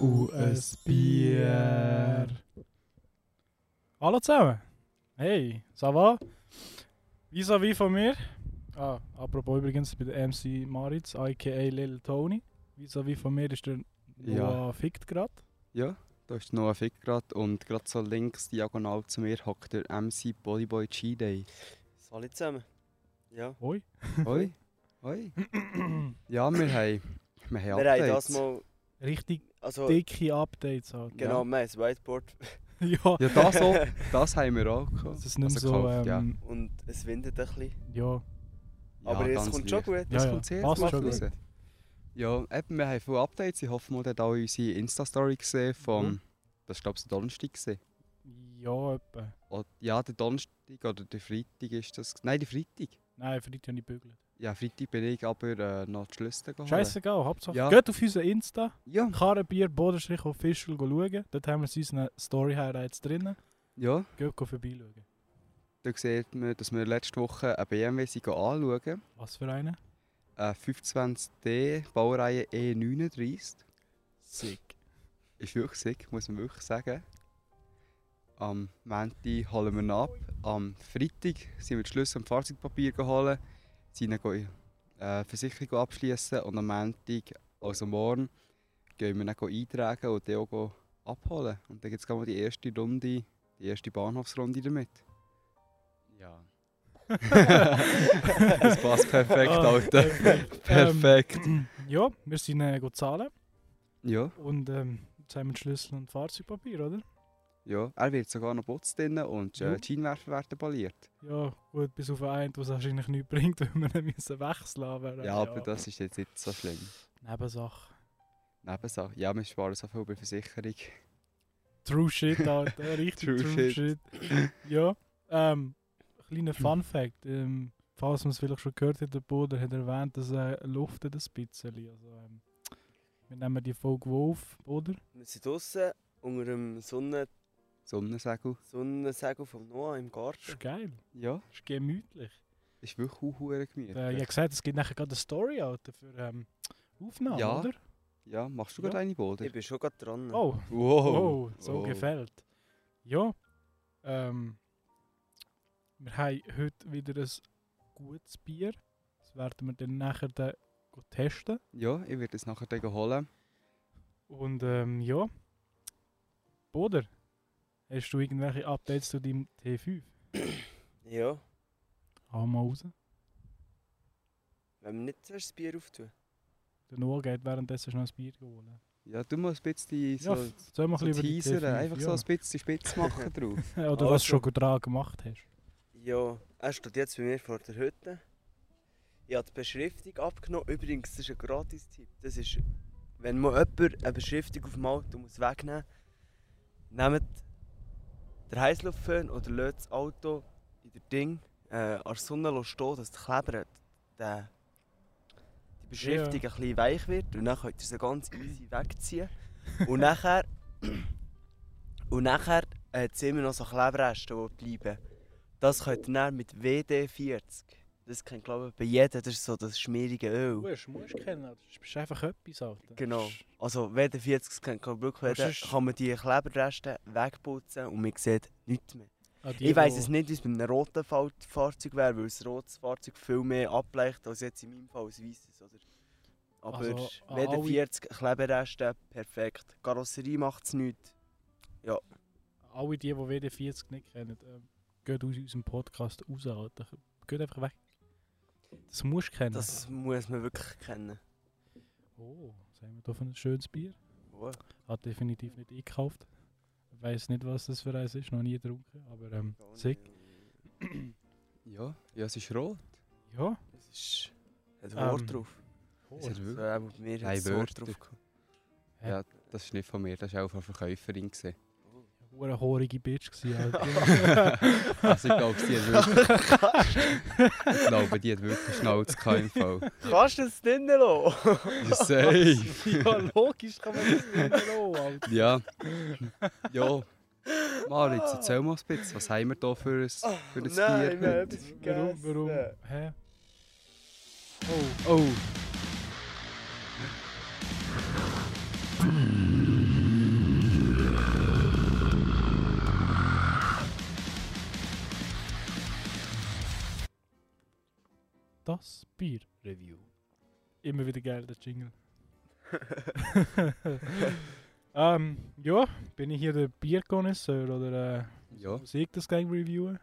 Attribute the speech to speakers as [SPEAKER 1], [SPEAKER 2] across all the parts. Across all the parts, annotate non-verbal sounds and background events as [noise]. [SPEAKER 1] und ein Bier.
[SPEAKER 2] Hallo zusammen. Hey, ça va? Vis-à-vis von mir. Ah, apropos übrigens bei der MC Maritz, a.k.a. Lil Tony. Vis-à-vis von mir ist der Noah fickt gerade.
[SPEAKER 1] Ja, da ist Noah Fick gerade und gerade so links diagonal zu mir hockt der MC Bodyboy G-Day.
[SPEAKER 2] [laughs]
[SPEAKER 3] Hallo zusammen. Ja.
[SPEAKER 2] Hoi.
[SPEAKER 1] Hoi, hoi. Ja, wir haben, wir haben
[SPEAKER 3] Wir haben das
[SPEAKER 1] Updates.
[SPEAKER 3] mal.
[SPEAKER 2] Richtig
[SPEAKER 3] Also,
[SPEAKER 2] dicke Updates halt.
[SPEAKER 3] genau, wir haben ein Whiteboard
[SPEAKER 2] [laughs] ja.
[SPEAKER 1] Ja, das, auch, das haben wir auch gehabt.
[SPEAKER 2] Das ist nicht mehr
[SPEAKER 1] Also
[SPEAKER 2] so.
[SPEAKER 1] gekauft, ja.
[SPEAKER 2] ähm,
[SPEAKER 3] [laughs] und es windet ein bisschen.
[SPEAKER 2] ja.
[SPEAKER 3] Aber
[SPEAKER 1] ja,
[SPEAKER 3] es
[SPEAKER 1] ganz
[SPEAKER 3] kommt schon
[SPEAKER 1] leicht.
[SPEAKER 3] gut.
[SPEAKER 1] Das
[SPEAKER 2] Ja, ja.
[SPEAKER 1] kommt sehr
[SPEAKER 2] Passt
[SPEAKER 1] gut
[SPEAKER 2] schon
[SPEAKER 1] raus.
[SPEAKER 2] gut.
[SPEAKER 1] Ja, eben, wir haben viele Updates. Ich hoffe, man hat alle unsere Insta-Story gesehen vom...
[SPEAKER 2] Mhm.
[SPEAKER 1] Das war, glaube ich, der Donnerstag. Gewesen.
[SPEAKER 2] Ja, etwa.
[SPEAKER 1] Oh, ja, der Donnerstag oder der Freitag ist das... Nein, der Freitag.
[SPEAKER 2] Nein, Freitag habe ich bügelt.
[SPEAKER 1] Ja, Freitag bin ich aber äh, noch die Schlüssel geholt.
[SPEAKER 2] Scheißegal, Hauptsache.
[SPEAKER 1] Ja.
[SPEAKER 2] Geht auf unseren Insta,
[SPEAKER 1] Ja,
[SPEAKER 2] Karrenbier, Bodenstrich Official schauen. Dort haben wir unsere Story-Highlights drin.
[SPEAKER 1] ja.
[SPEAKER 2] Geht vorbeischauen.
[SPEAKER 1] Da sieht man, dass wir letzte Woche einen BMW sind anschauen.
[SPEAKER 2] Was für eine?
[SPEAKER 1] Ein 520D Baureihe E E39.
[SPEAKER 2] Sick.
[SPEAKER 1] Ist wirklich sick, muss man wirklich sagen. Am Montag holen wir ihn ab. Am Freitag sind wir die Schlüssel und Fahrzeugpapier geholt, sind dann gehen, äh, die Versicherung abschließen und am Montag, also morgen, gehen wir ihn dann eintragen und den auch gehen abholen. Und dann gibt es die erste Runde, die erste Bahnhofsrunde damit. Ja. [laughs] das passt
[SPEAKER 2] [laughs]
[SPEAKER 1] perfekt,
[SPEAKER 2] Ah, Ähm,
[SPEAKER 1] Alter. [laughs] Perfekt.
[SPEAKER 2] Ja, wir sind äh, gut zahlen.
[SPEAKER 1] Ja,
[SPEAKER 2] Und ähm, jetzt haben wir den Schlüssel und Fahrzeugpapier, oder?
[SPEAKER 1] ja. Er wird sogar noch putzt drinnen und äh,
[SPEAKER 2] Ja.
[SPEAKER 1] die Scheinwerfer werden poliert.
[SPEAKER 2] Ja, gut, bis auf einen, was wahrscheinlich nichts bringt, [laughs] wenn wir ihn müssen wechseln aber, äh,
[SPEAKER 1] Ja, aber das ist jetzt nicht so schlimm.
[SPEAKER 2] Nebensache.
[SPEAKER 1] Nebensache. Ja, wir sparen so viel bei Versicherung.
[SPEAKER 2] True Shit, [laughs] Alter. Richtig
[SPEAKER 1] True
[SPEAKER 2] True, Shit. Ja. Ähm, kleiner Fun Fact. Ähm, falls man es vielleicht schon gehört hat, der Boden hat erwähnt, dass er luftet ein bisschen. Also, ähm, wir nehmen die Folge wo auf, oder?
[SPEAKER 3] Wir sind draußen unter dem Sonnen
[SPEAKER 1] Sonnensegel.
[SPEAKER 3] Sonnensegel von Noah im Garten.
[SPEAKER 2] Ist geil.
[SPEAKER 1] Ja.
[SPEAKER 2] Ist gemütlich.
[SPEAKER 1] Ist wirklich auch hure gemütlich.
[SPEAKER 2] Äh, ich habe gesagt, es gibt nachher gerade eine Story, Alter, für ähm, Aufnahmen,
[SPEAKER 1] Ja.
[SPEAKER 2] oder?
[SPEAKER 1] Ja, machst du
[SPEAKER 2] Ja.
[SPEAKER 1] gerade eine Boden?
[SPEAKER 3] Ich bin schon gerade dran.
[SPEAKER 2] Oh,
[SPEAKER 1] Wow.
[SPEAKER 2] oh, so
[SPEAKER 1] Oh.
[SPEAKER 2] gefällt. Ja. Ähm, wir haben heute wieder ein gutes Bier. Das werden wir dann nachher dann testen.
[SPEAKER 1] Ja, ich werde es nachher dann holen.
[SPEAKER 2] Und ähm, ja. Boder, hast du irgendwelche Updates zu deinem T5?
[SPEAKER 3] Ja,
[SPEAKER 2] Hau mal raus.
[SPEAKER 3] wenn wir nicht zuerst das Bier auftun.
[SPEAKER 2] Der Noah geht währenddessen schnell ein Bier holen.
[SPEAKER 1] Ja, du musst ein bisschen so,
[SPEAKER 2] ja, f- sollen wir
[SPEAKER 1] so
[SPEAKER 2] ein bisschen über
[SPEAKER 1] teasern.
[SPEAKER 2] die
[SPEAKER 1] Einfach so ein bisschen spitz machen drauf.
[SPEAKER 2] ja. [laughs] Oder was
[SPEAKER 3] Also.
[SPEAKER 2] du schon dran gemacht hast.
[SPEAKER 3] Ja, er steht jetzt bei mir vor der Hütte. Ich habe die Beschriftung abgenommen. Übrigens, das ist ein Gratis-Tipp. Das ist, wenn mal jemand eine Beschriftung auf dem Auto muss wegnehmen muss, nehmt den Heißluftföhn oder lasst das Auto in der Ding äh, an der Sonne stehen, dass die Kleber die, die Beschriftung ein bisschen weich wird. Und dann könnt ihr sie ganz easy wegziehen. Und nachher... Und nachher äh, sind immer noch so Klebereste, die bleiben. Das könnt ihr dann mit WD-40. Das kennt, glaube ich, bei jedem. Das ist so das schmierige Öl.
[SPEAKER 2] musst, musst kennen, du bist einfach etwas, Alter.
[SPEAKER 3] Genau. Also WD-40 kennt, glaube ich, wirklich
[SPEAKER 2] Aber
[SPEAKER 3] jeder.
[SPEAKER 2] sonst-
[SPEAKER 3] Kann man die Kleberreste wegputzen und man sieht nichts mehr.
[SPEAKER 2] Ah, die,
[SPEAKER 3] Ich weiß
[SPEAKER 2] wo-
[SPEAKER 3] es nicht, wie es bei einem roten Fahr- Fahrzeug wäre, weil ein rotes Fahrzeug viel mehr ableicht als jetzt in meinem Fall ein weißes. Oder? Aber
[SPEAKER 2] Also, an
[SPEAKER 3] WD-40, Kleberreste, perfekt. Karosserie macht es nichts.
[SPEAKER 2] Alle die, die WD40 nicht kennen, ähm, geht aus unserem Podcast raus, Alter. Geht einfach weg. Das musst du kennen.
[SPEAKER 3] Das muss man wirklich kennen.
[SPEAKER 2] Oh, was haben wir da für ein schönes Bier?
[SPEAKER 3] Wow.
[SPEAKER 2] Hat definitiv nicht eingekauft. Weiß nicht, was das für eins ist, noch nie getrunken, aber ähm, sick.
[SPEAKER 1] ja. ja, es ist rot.
[SPEAKER 2] Ja.
[SPEAKER 3] Das ist. Hat
[SPEAKER 2] Ähm,
[SPEAKER 3] Wort drauf.
[SPEAKER 2] Oh.
[SPEAKER 1] Es ist wirklich-
[SPEAKER 3] Ja, bei mir
[SPEAKER 1] Nein,
[SPEAKER 3] hat Wort
[SPEAKER 1] Wörter.
[SPEAKER 3] drauf. gehabt.
[SPEAKER 1] Das ist nicht von mir, das war auch von der Verkäuferin. gewesen.
[SPEAKER 2] Eine horige Bitch [laughs] gewesen, Alter.
[SPEAKER 1] Also ich glaube, die hat wirklich...
[SPEAKER 2] [laughs]
[SPEAKER 1] ich glaube, die hat wirklich Schnauze gehabt im Fall.
[SPEAKER 3] Kannst du es drinnen lassen? [laughs]
[SPEAKER 1] Ja, safe.
[SPEAKER 2] ja, logisch kann man das [laughs] nicht mehr lassen,
[SPEAKER 1] Ja. Ja. Maritz,
[SPEAKER 3] [laughs]
[SPEAKER 1] erzähl mal ein bisschen, was haben wir hier für ein, für ein
[SPEAKER 3] Oh, Nein, wir haben
[SPEAKER 1] Bier?
[SPEAKER 3] etwas
[SPEAKER 2] Warum,
[SPEAKER 3] vergessen.
[SPEAKER 2] warum? Hä? oh.
[SPEAKER 1] Oh,
[SPEAKER 2] Papier-Review. Immer wieder geil, der Jingle. [laughs] ähm, ja, bin ich hier der Bierkonnoisseur oder äh,
[SPEAKER 1] Ja.
[SPEAKER 2] muss ich das gleich reviewen?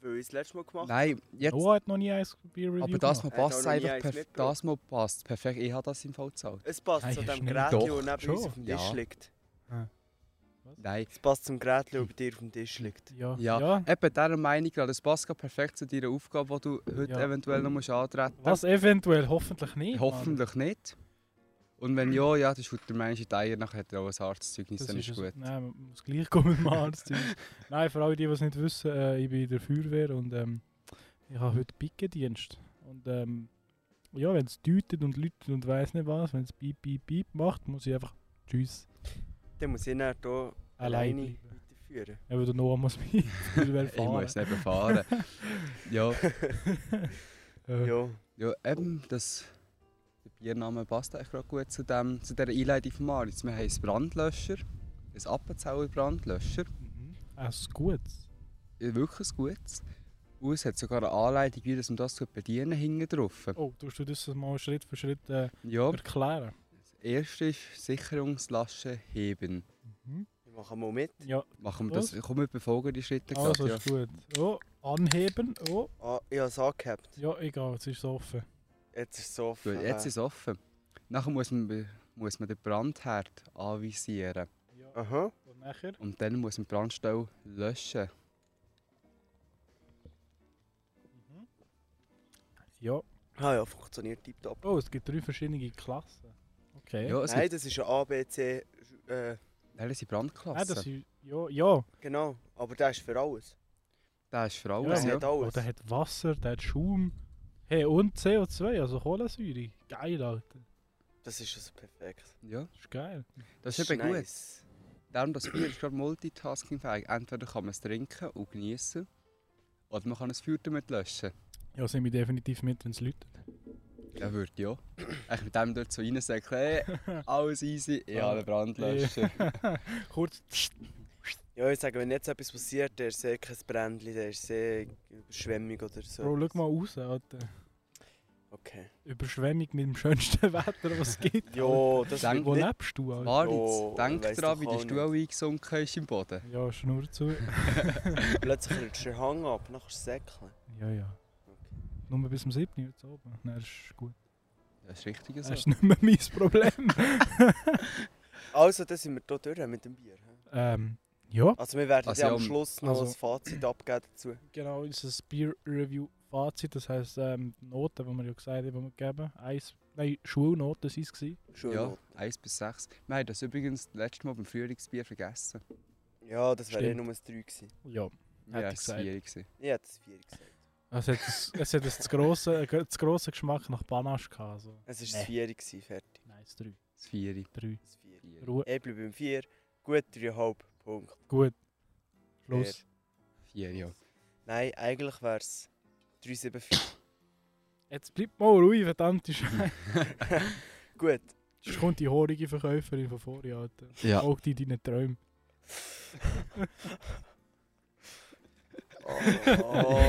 [SPEAKER 3] Weil ich es letztes Mal gemacht
[SPEAKER 1] Nein, jetzt.
[SPEAKER 2] Noah hat noch nie ein Bier-Review
[SPEAKER 1] aber das
[SPEAKER 2] gemacht.
[SPEAKER 1] mal
[SPEAKER 3] Er hat
[SPEAKER 1] passt
[SPEAKER 3] auch noch nie
[SPEAKER 1] einfach
[SPEAKER 3] eins
[SPEAKER 1] perfekt.
[SPEAKER 3] mitgebracht.
[SPEAKER 1] Das mal passt perfekt. Ich habe das im Fall gezahlt.
[SPEAKER 3] Es passt
[SPEAKER 2] Hey,
[SPEAKER 3] zu
[SPEAKER 2] hast
[SPEAKER 3] dem
[SPEAKER 2] du nicht-
[SPEAKER 3] Gerät, das
[SPEAKER 1] Doch,
[SPEAKER 3] neben
[SPEAKER 2] schon.
[SPEAKER 3] uns auf dem Tisch
[SPEAKER 1] Ja.
[SPEAKER 3] liegt.
[SPEAKER 1] Nein.
[SPEAKER 3] Es passt zum Gerät, das bei dir auf dem Tisch liegt.
[SPEAKER 2] Ja, ja.
[SPEAKER 1] Ja. Eben dieser Meinung, gerade, das passt gerade perfekt zu deiner Aufgabe, die du heute
[SPEAKER 2] Ja.
[SPEAKER 1] eventuell noch musst antreten
[SPEAKER 2] Was eventuell, hoffentlich nicht. Mann.
[SPEAKER 1] Hoffentlich nicht. Und wenn ja, ja, das ist gut, der Mensch in die Eier, nachher hat er auch ein Arztzeugnis,
[SPEAKER 2] Das
[SPEAKER 1] dann ist
[SPEAKER 2] ist
[SPEAKER 1] es
[SPEAKER 2] gut.
[SPEAKER 1] gut.
[SPEAKER 2] Nein, man muss gleich kommen mit dem Arzt. Nein, für alle, die die es nicht wissen, äh, ich bin in der Feuerwehr und ähm, ich habe heute Pickendienst. Und ähm, ja, wenn es deutet und läutet und weiß nicht was, wenn es piep, piep, piep macht, muss ich einfach tschüss,
[SPEAKER 3] Dann muss ich dann hier
[SPEAKER 2] alleine
[SPEAKER 3] alleine
[SPEAKER 2] bleiben.
[SPEAKER 3] weiterführen.
[SPEAKER 2] Eben der Noah muss mich Feuerwehr
[SPEAKER 1] Ich muss
[SPEAKER 2] fahren.
[SPEAKER 1] nicht befahren. ja,
[SPEAKER 2] Äh,
[SPEAKER 3] Ja.
[SPEAKER 1] ja, eben, das, der Biername passt eigentlich gerade gut zu, dem, zu dieser Einleitung von Maritz. Wir haben einen Brandlöscher, einen Appenzeller Brandlöscher.
[SPEAKER 2] mhm. Alles gut.
[SPEAKER 1] Ja, Wirklich ein gutes. Und es hat sogar eine Anleitung, wie das man das bedienen kann, hinten drauf.
[SPEAKER 2] Oh, tust du das mal Schritt für Schritt äh,
[SPEAKER 1] Ja, das
[SPEAKER 2] erklären?
[SPEAKER 1] erste ist Sicherungslasche heben.
[SPEAKER 2] Mhm.
[SPEAKER 3] Ich mache mal mit.
[SPEAKER 2] Ja,
[SPEAKER 1] Machen wir das, komm, wir befolgen die Schritte
[SPEAKER 2] also
[SPEAKER 1] gerade, ja.
[SPEAKER 2] Ah, ist gut. Oh, anheben. Oh,
[SPEAKER 3] Ah, ich habe es angehabt.
[SPEAKER 2] ja, egal, jetzt ist es offen.
[SPEAKER 3] Jetzt ist es offen.
[SPEAKER 1] Gut, jetzt ist es offen. Nachher muss man, be- muss man den Brandherd anvisieren.
[SPEAKER 2] Ja.
[SPEAKER 3] Aha.
[SPEAKER 2] Und nachher?
[SPEAKER 1] Und dann muss man die Brandstelle löschen.
[SPEAKER 2] Ja.
[SPEAKER 3] Ah ja, funktioniert tiptop.
[SPEAKER 2] Oh, es gibt drei verschiedene Klassen. Okay.
[SPEAKER 1] Ja, es
[SPEAKER 3] Nein,
[SPEAKER 1] gibt,
[SPEAKER 3] das ist ein ABC. Äh,
[SPEAKER 1] nein, das sind
[SPEAKER 2] Ah, das
[SPEAKER 1] Brandklassen.
[SPEAKER 2] ist, ja, ja.
[SPEAKER 3] genau. Aber der ist für alles.
[SPEAKER 1] Der ist für
[SPEAKER 2] Ja,
[SPEAKER 1] alles,
[SPEAKER 3] Der
[SPEAKER 1] ja.
[SPEAKER 3] hat alles.
[SPEAKER 2] Oh, der hat Wasser, der hat Schaum. Hey, und CO2, also Kohlensäure. Geil, Alter.
[SPEAKER 3] Das ist also perfekt.
[SPEAKER 1] ja.
[SPEAKER 2] Das ist geil.
[SPEAKER 1] Das ist eben gut.
[SPEAKER 3] nice.
[SPEAKER 1] Darum, das Bier ist gerade multitaskingfähig. Entweder kann man es trinken und genießen, oder man kann es Feuer damit löschen.
[SPEAKER 2] Ja, sind wir definitiv mit, wenn es läutet.
[SPEAKER 1] Ja, würde ja. Eigentlich mit dem dort so rein sagen, hey, alles easy, ich habe einen Brandlöscher.
[SPEAKER 2] Kurz.
[SPEAKER 3] Ja, ich sage, wenn jetzt etwas passiert, der ist eh kein Brändchen, der ist eh Überschwemmung oder so.
[SPEAKER 2] Bro, schau mal raus, Alter.
[SPEAKER 3] Okay.
[SPEAKER 2] Überschwemmung mit dem schönsten [laughs] Wetter, was es gibt.
[SPEAKER 3] Ja, das
[SPEAKER 1] Denk-
[SPEAKER 3] wird
[SPEAKER 2] Wo
[SPEAKER 3] nicht
[SPEAKER 2] lebst du, Alter?
[SPEAKER 1] Maritz,
[SPEAKER 3] Oh,
[SPEAKER 1] denk
[SPEAKER 3] weiss
[SPEAKER 1] daran,
[SPEAKER 3] doch
[SPEAKER 1] wie
[SPEAKER 3] auch
[SPEAKER 1] die Stuhl eingesunken ist im Boden.
[SPEAKER 2] Ja, Schnur zu.
[SPEAKER 3] plötzlich rutscht der Hang ab, nachher ist es säckeln.
[SPEAKER 2] Ja, ja. Nur bis um zum 7. jetzt oben. Nein, das ist gut.
[SPEAKER 1] Das ist richtig
[SPEAKER 2] Das
[SPEAKER 1] so.
[SPEAKER 2] ist nicht mehr mein Problem.
[SPEAKER 3] Also, dann sind wir hier durch mit dem Bier. hä?
[SPEAKER 2] ähm, ja.
[SPEAKER 3] Also, wir werden
[SPEAKER 1] Also,
[SPEAKER 3] ja
[SPEAKER 1] ja,
[SPEAKER 3] am Schluss noch
[SPEAKER 2] also-
[SPEAKER 3] ein Fazit abgeben dazu.
[SPEAKER 2] Genau, unser Peer-Review-Fazit, das heisst ähm, die Noten, die wir ja gesagt haben, die wir gegeben haben. Eins- Nein, Schulnoten waren es. gewesen.
[SPEAKER 3] Schön.
[SPEAKER 1] Ja,
[SPEAKER 3] Ja,
[SPEAKER 1] 1 bis 6. Wir haben das übrigens letztes Mal beim Frühlingsbier vergessen.
[SPEAKER 3] ja das wäre eh
[SPEAKER 2] Stimmt.
[SPEAKER 3] nur ein 3 gewesen.
[SPEAKER 2] Ja.
[SPEAKER 1] Ja,
[SPEAKER 2] Hätte ich
[SPEAKER 1] das war
[SPEAKER 2] gesagt.
[SPEAKER 1] gewesen.
[SPEAKER 3] Ich hätte es 4 gesagt.
[SPEAKER 2] Also hat es, es hat einen grossen, einen grossen Geschmack nach Panache gehabt. Also.
[SPEAKER 3] Es war
[SPEAKER 2] Nee.
[SPEAKER 3] das 4 gewesen, fertig.
[SPEAKER 2] Nein, es drei.
[SPEAKER 1] Das Vieri.
[SPEAKER 2] drei.
[SPEAKER 3] Das 4.
[SPEAKER 1] Vieri.
[SPEAKER 2] Ruhe.
[SPEAKER 3] Ich bleibe beim 4. Gut 3,5 Punkt.
[SPEAKER 2] Gut. Schluss.
[SPEAKER 1] Vieri, ja.
[SPEAKER 3] Nein, eigentlich wäre es 3,74.
[SPEAKER 2] Jetzt bleibt mal ruhig, verdammte [laughs] Scheiße.
[SPEAKER 3] Gut.
[SPEAKER 2] Jetzt kommt die horige Verkäuferin von vorhin, Alter.
[SPEAKER 1] Ja. [laughs]
[SPEAKER 2] Folgt die deinen Träumen.
[SPEAKER 3] [laughs] Oh.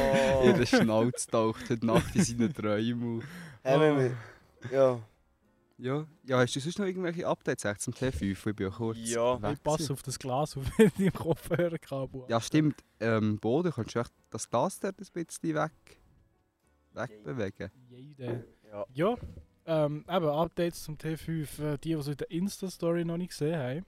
[SPEAKER 1] Jeder Schnauz taucht heute Nacht in seinen Träumen auf.
[SPEAKER 3] Hey, wenn
[SPEAKER 2] Oh.
[SPEAKER 3] wir, ja.
[SPEAKER 1] Ja. ja, hast du sonst noch irgendwelche Updates echt zum T5? Ich bin ja kurz
[SPEAKER 3] Ja.
[SPEAKER 1] weg
[SPEAKER 2] Ich passe
[SPEAKER 1] gewesen.
[SPEAKER 2] auf das Glas [laughs] auf, wenn ich im Kopfhörerkabel habe.
[SPEAKER 1] Ja, stimmt. Ähm, Boden, kannst du echt das Glas dort ein bisschen weg... wegbewegen?
[SPEAKER 2] Jeder.
[SPEAKER 3] Ja.
[SPEAKER 2] Ja, ähm, eben Updates zum T5. Äh, Die, die es in der Insta-Story noch nicht gesehen haben,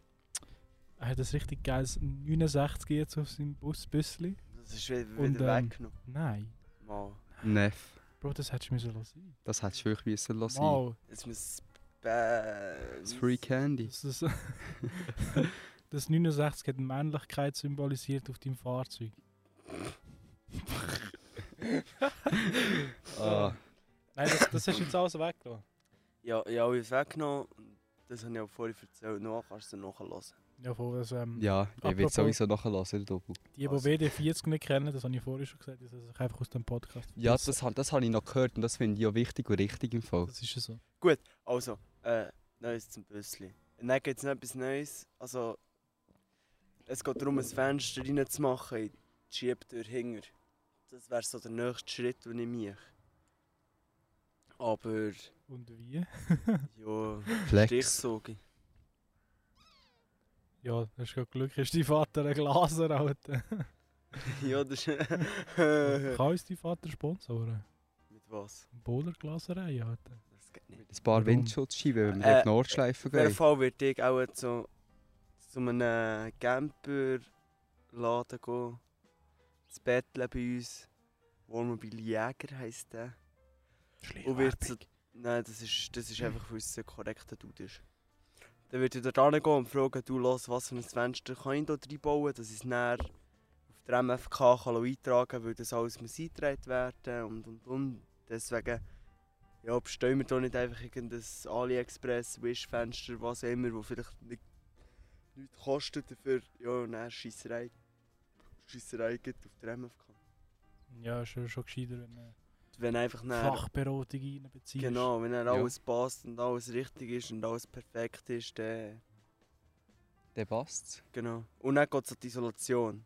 [SPEAKER 2] er hat ein richtig geiles 69 jetzt auf seinem Busbüssli.
[SPEAKER 3] Das ist wieder,
[SPEAKER 2] Und,
[SPEAKER 3] wieder
[SPEAKER 2] ähm,
[SPEAKER 3] weggenommen.
[SPEAKER 2] Nein.
[SPEAKER 3] Mal.
[SPEAKER 1] Neff.
[SPEAKER 2] Bro, das hättest du müssen lassen.
[SPEAKER 1] Das hättest du wirklich müssen lassen.
[SPEAKER 2] Mal.
[SPEAKER 3] Jetzt muss es.
[SPEAKER 1] Das Free Candy.
[SPEAKER 2] Das, das, [laughs] das 69 hat Männlichkeit symbolisiert auf deinem Fahrzeug.
[SPEAKER 1] Ah,
[SPEAKER 2] Nein, das, das hast du jetzt alles weggelassen.
[SPEAKER 3] Ja, ja, ich habe es weggenommen. Das habe ich auch vorhin erzählt. Noch kannst du es nachlassen.
[SPEAKER 2] Ja, voll, das, ähm,
[SPEAKER 1] ja, ich will
[SPEAKER 2] Apropos-
[SPEAKER 1] sowieso nachlassen, Doppel.
[SPEAKER 2] Die, die
[SPEAKER 3] Also-
[SPEAKER 2] WD40 nicht kennen, das habe ich vorhin schon gesagt, die sollen sich einfach aus dem Podcast
[SPEAKER 1] Ja,
[SPEAKER 2] pissen.
[SPEAKER 1] das, han- das habe ich noch gehört und das finde ich ja wichtig und richtig im Fall.
[SPEAKER 2] das ist ja so.
[SPEAKER 3] Also, äh, Neues zum Büssli. Und Dann gibt es noch etwas Neues. Also, es geht darum, ein Fenster reinzumachen in die Schiebtür hinger. Das wäre so der nächste Schritt, den ich mache. Aber
[SPEAKER 2] Und wie?
[SPEAKER 3] ja,
[SPEAKER 1] Flex.
[SPEAKER 3] Stichsoge.
[SPEAKER 2] Ja, hast du Glück, ist dein Vater ein Glaser, Alter.
[SPEAKER 3] ja, das ist. [laughs] Äh,
[SPEAKER 2] Kann uns dein Vater sponsoren?
[SPEAKER 3] Mit was?
[SPEAKER 2] Bohlerglaserei, Alter.
[SPEAKER 3] Das geht nicht.
[SPEAKER 1] Ein paar
[SPEAKER 2] Warum?
[SPEAKER 1] Windschutzscheiben, wenn wir
[SPEAKER 3] Äh,
[SPEAKER 1] auf die Nordschleife
[SPEAKER 3] Auf jeden
[SPEAKER 1] gehen.
[SPEAKER 3] Fall würde ich auch zu, zu einem Camperladen gehen. Das Bettle bei uns. Wohnmobil Jäger heisst der. Und wird so, Nein, das ist, das ist einfach, weil es ein korrekter Dude ist. Dann würde ich da hingehen und fragen, du los, was für ein Fenster kann ich da reinbauen, dass ich es näher auf der MFK kann eintragen kann, weil das alles muss eingetragen werden und und und. Deswegen ja, bestellen wir da nicht einfach irgendein AliExpress, Wish-Fenster, was auch immer, wo vielleicht nicht, nichts kostet dafür. Ja, und dann Scheisserei, Scheisserei gibt auf der MFK.
[SPEAKER 2] Ja, ist ja schon gescheiter, wenn du
[SPEAKER 3] Wenn einfach näher
[SPEAKER 2] Fachberatung reinbeziehst.
[SPEAKER 3] Genau, wenn er
[SPEAKER 1] Ja.
[SPEAKER 3] alles passt und alles richtig ist und alles perfekt ist, dann.
[SPEAKER 1] Dann passt
[SPEAKER 3] Genau. Und dann geht es an die Isolation.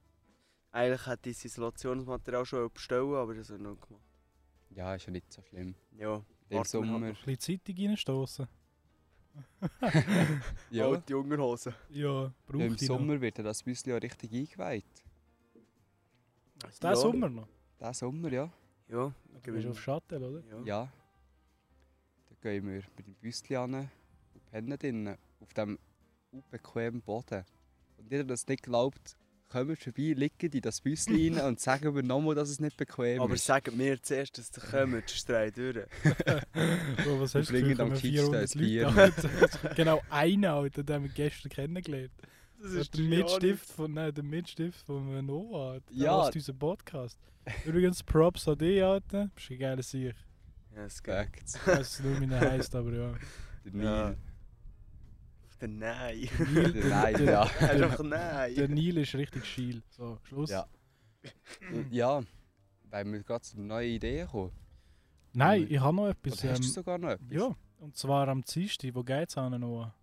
[SPEAKER 3] Eigentlich hätte ich das Isolationsmaterial schon bestellen, aber das habe ich noch gemacht.
[SPEAKER 1] Ja, ist ja nicht so schlimm.
[SPEAKER 3] Ja.
[SPEAKER 1] Im
[SPEAKER 3] Warten wir
[SPEAKER 1] Sommer.
[SPEAKER 2] Ein bisschen Zeitung reinstossen.
[SPEAKER 1] Ja,
[SPEAKER 3] Alte Jungerhosen.
[SPEAKER 2] Ja, braucht
[SPEAKER 1] im
[SPEAKER 2] die noch.
[SPEAKER 1] Sommer wird ja das Büsschen ja richtig eingeweiht.
[SPEAKER 2] Der
[SPEAKER 3] ja.
[SPEAKER 2] Sommer noch.
[SPEAKER 1] Diesen Sommer, ja.
[SPEAKER 3] Ja.
[SPEAKER 2] Du bist auf Schattel, oder?
[SPEAKER 1] [laughs]
[SPEAKER 3] ja. ja.
[SPEAKER 1] Ja. Dann gehen wir mit dem Büsschen an und pennen drinnen auf diesem unbequemen Boden. Und jeder, der das nicht glaubt, kommt vorbei, liegen in das Büsschen
[SPEAKER 3] [laughs]
[SPEAKER 1] rein und sagen mir nochmal, dass es nicht bequem
[SPEAKER 3] Aber
[SPEAKER 1] [laughs] ist.
[SPEAKER 3] sagt mir zuerst, dass ihr kommt, sonst drehe ich durch.
[SPEAKER 2] Bro, was
[SPEAKER 1] Wir
[SPEAKER 2] hast du für
[SPEAKER 1] bringen am Kickstart Bier.
[SPEAKER 2] Leute an? genau einer, Alter, den haben wir gestern kennengelernt.
[SPEAKER 3] Das
[SPEAKER 2] Das der Mitstift von, nein, der Mitstift von äh, Noah. Der
[SPEAKER 1] Ja.
[SPEAKER 2] ja. unseren Podcast. Übrigens, Props an dich, Alter. Bist ein geiler Sieg.
[SPEAKER 3] Ja, es geht.
[SPEAKER 1] Facts.
[SPEAKER 2] Ich weiß nur, wie er heisst, aber
[SPEAKER 3] [laughs]
[SPEAKER 2] ja.
[SPEAKER 1] Der
[SPEAKER 3] Ja.
[SPEAKER 1] Nil.
[SPEAKER 3] Der Nein. [laughs]
[SPEAKER 2] Neil,
[SPEAKER 1] Der Nein, ja.
[SPEAKER 3] Einfach
[SPEAKER 2] Der
[SPEAKER 3] Nein.
[SPEAKER 2] Nil ist richtig schiel. So, Schluss.
[SPEAKER 1] Ja. Ja, weil wir gerade zu neuen Ideen kommen.
[SPEAKER 2] Nein, ich habe noch etwas.
[SPEAKER 1] Oder hast du
[SPEAKER 2] ähm,
[SPEAKER 1] sogar noch etwas?
[SPEAKER 2] ja, und zwar am Dienstag. Wo geht's an, Noah?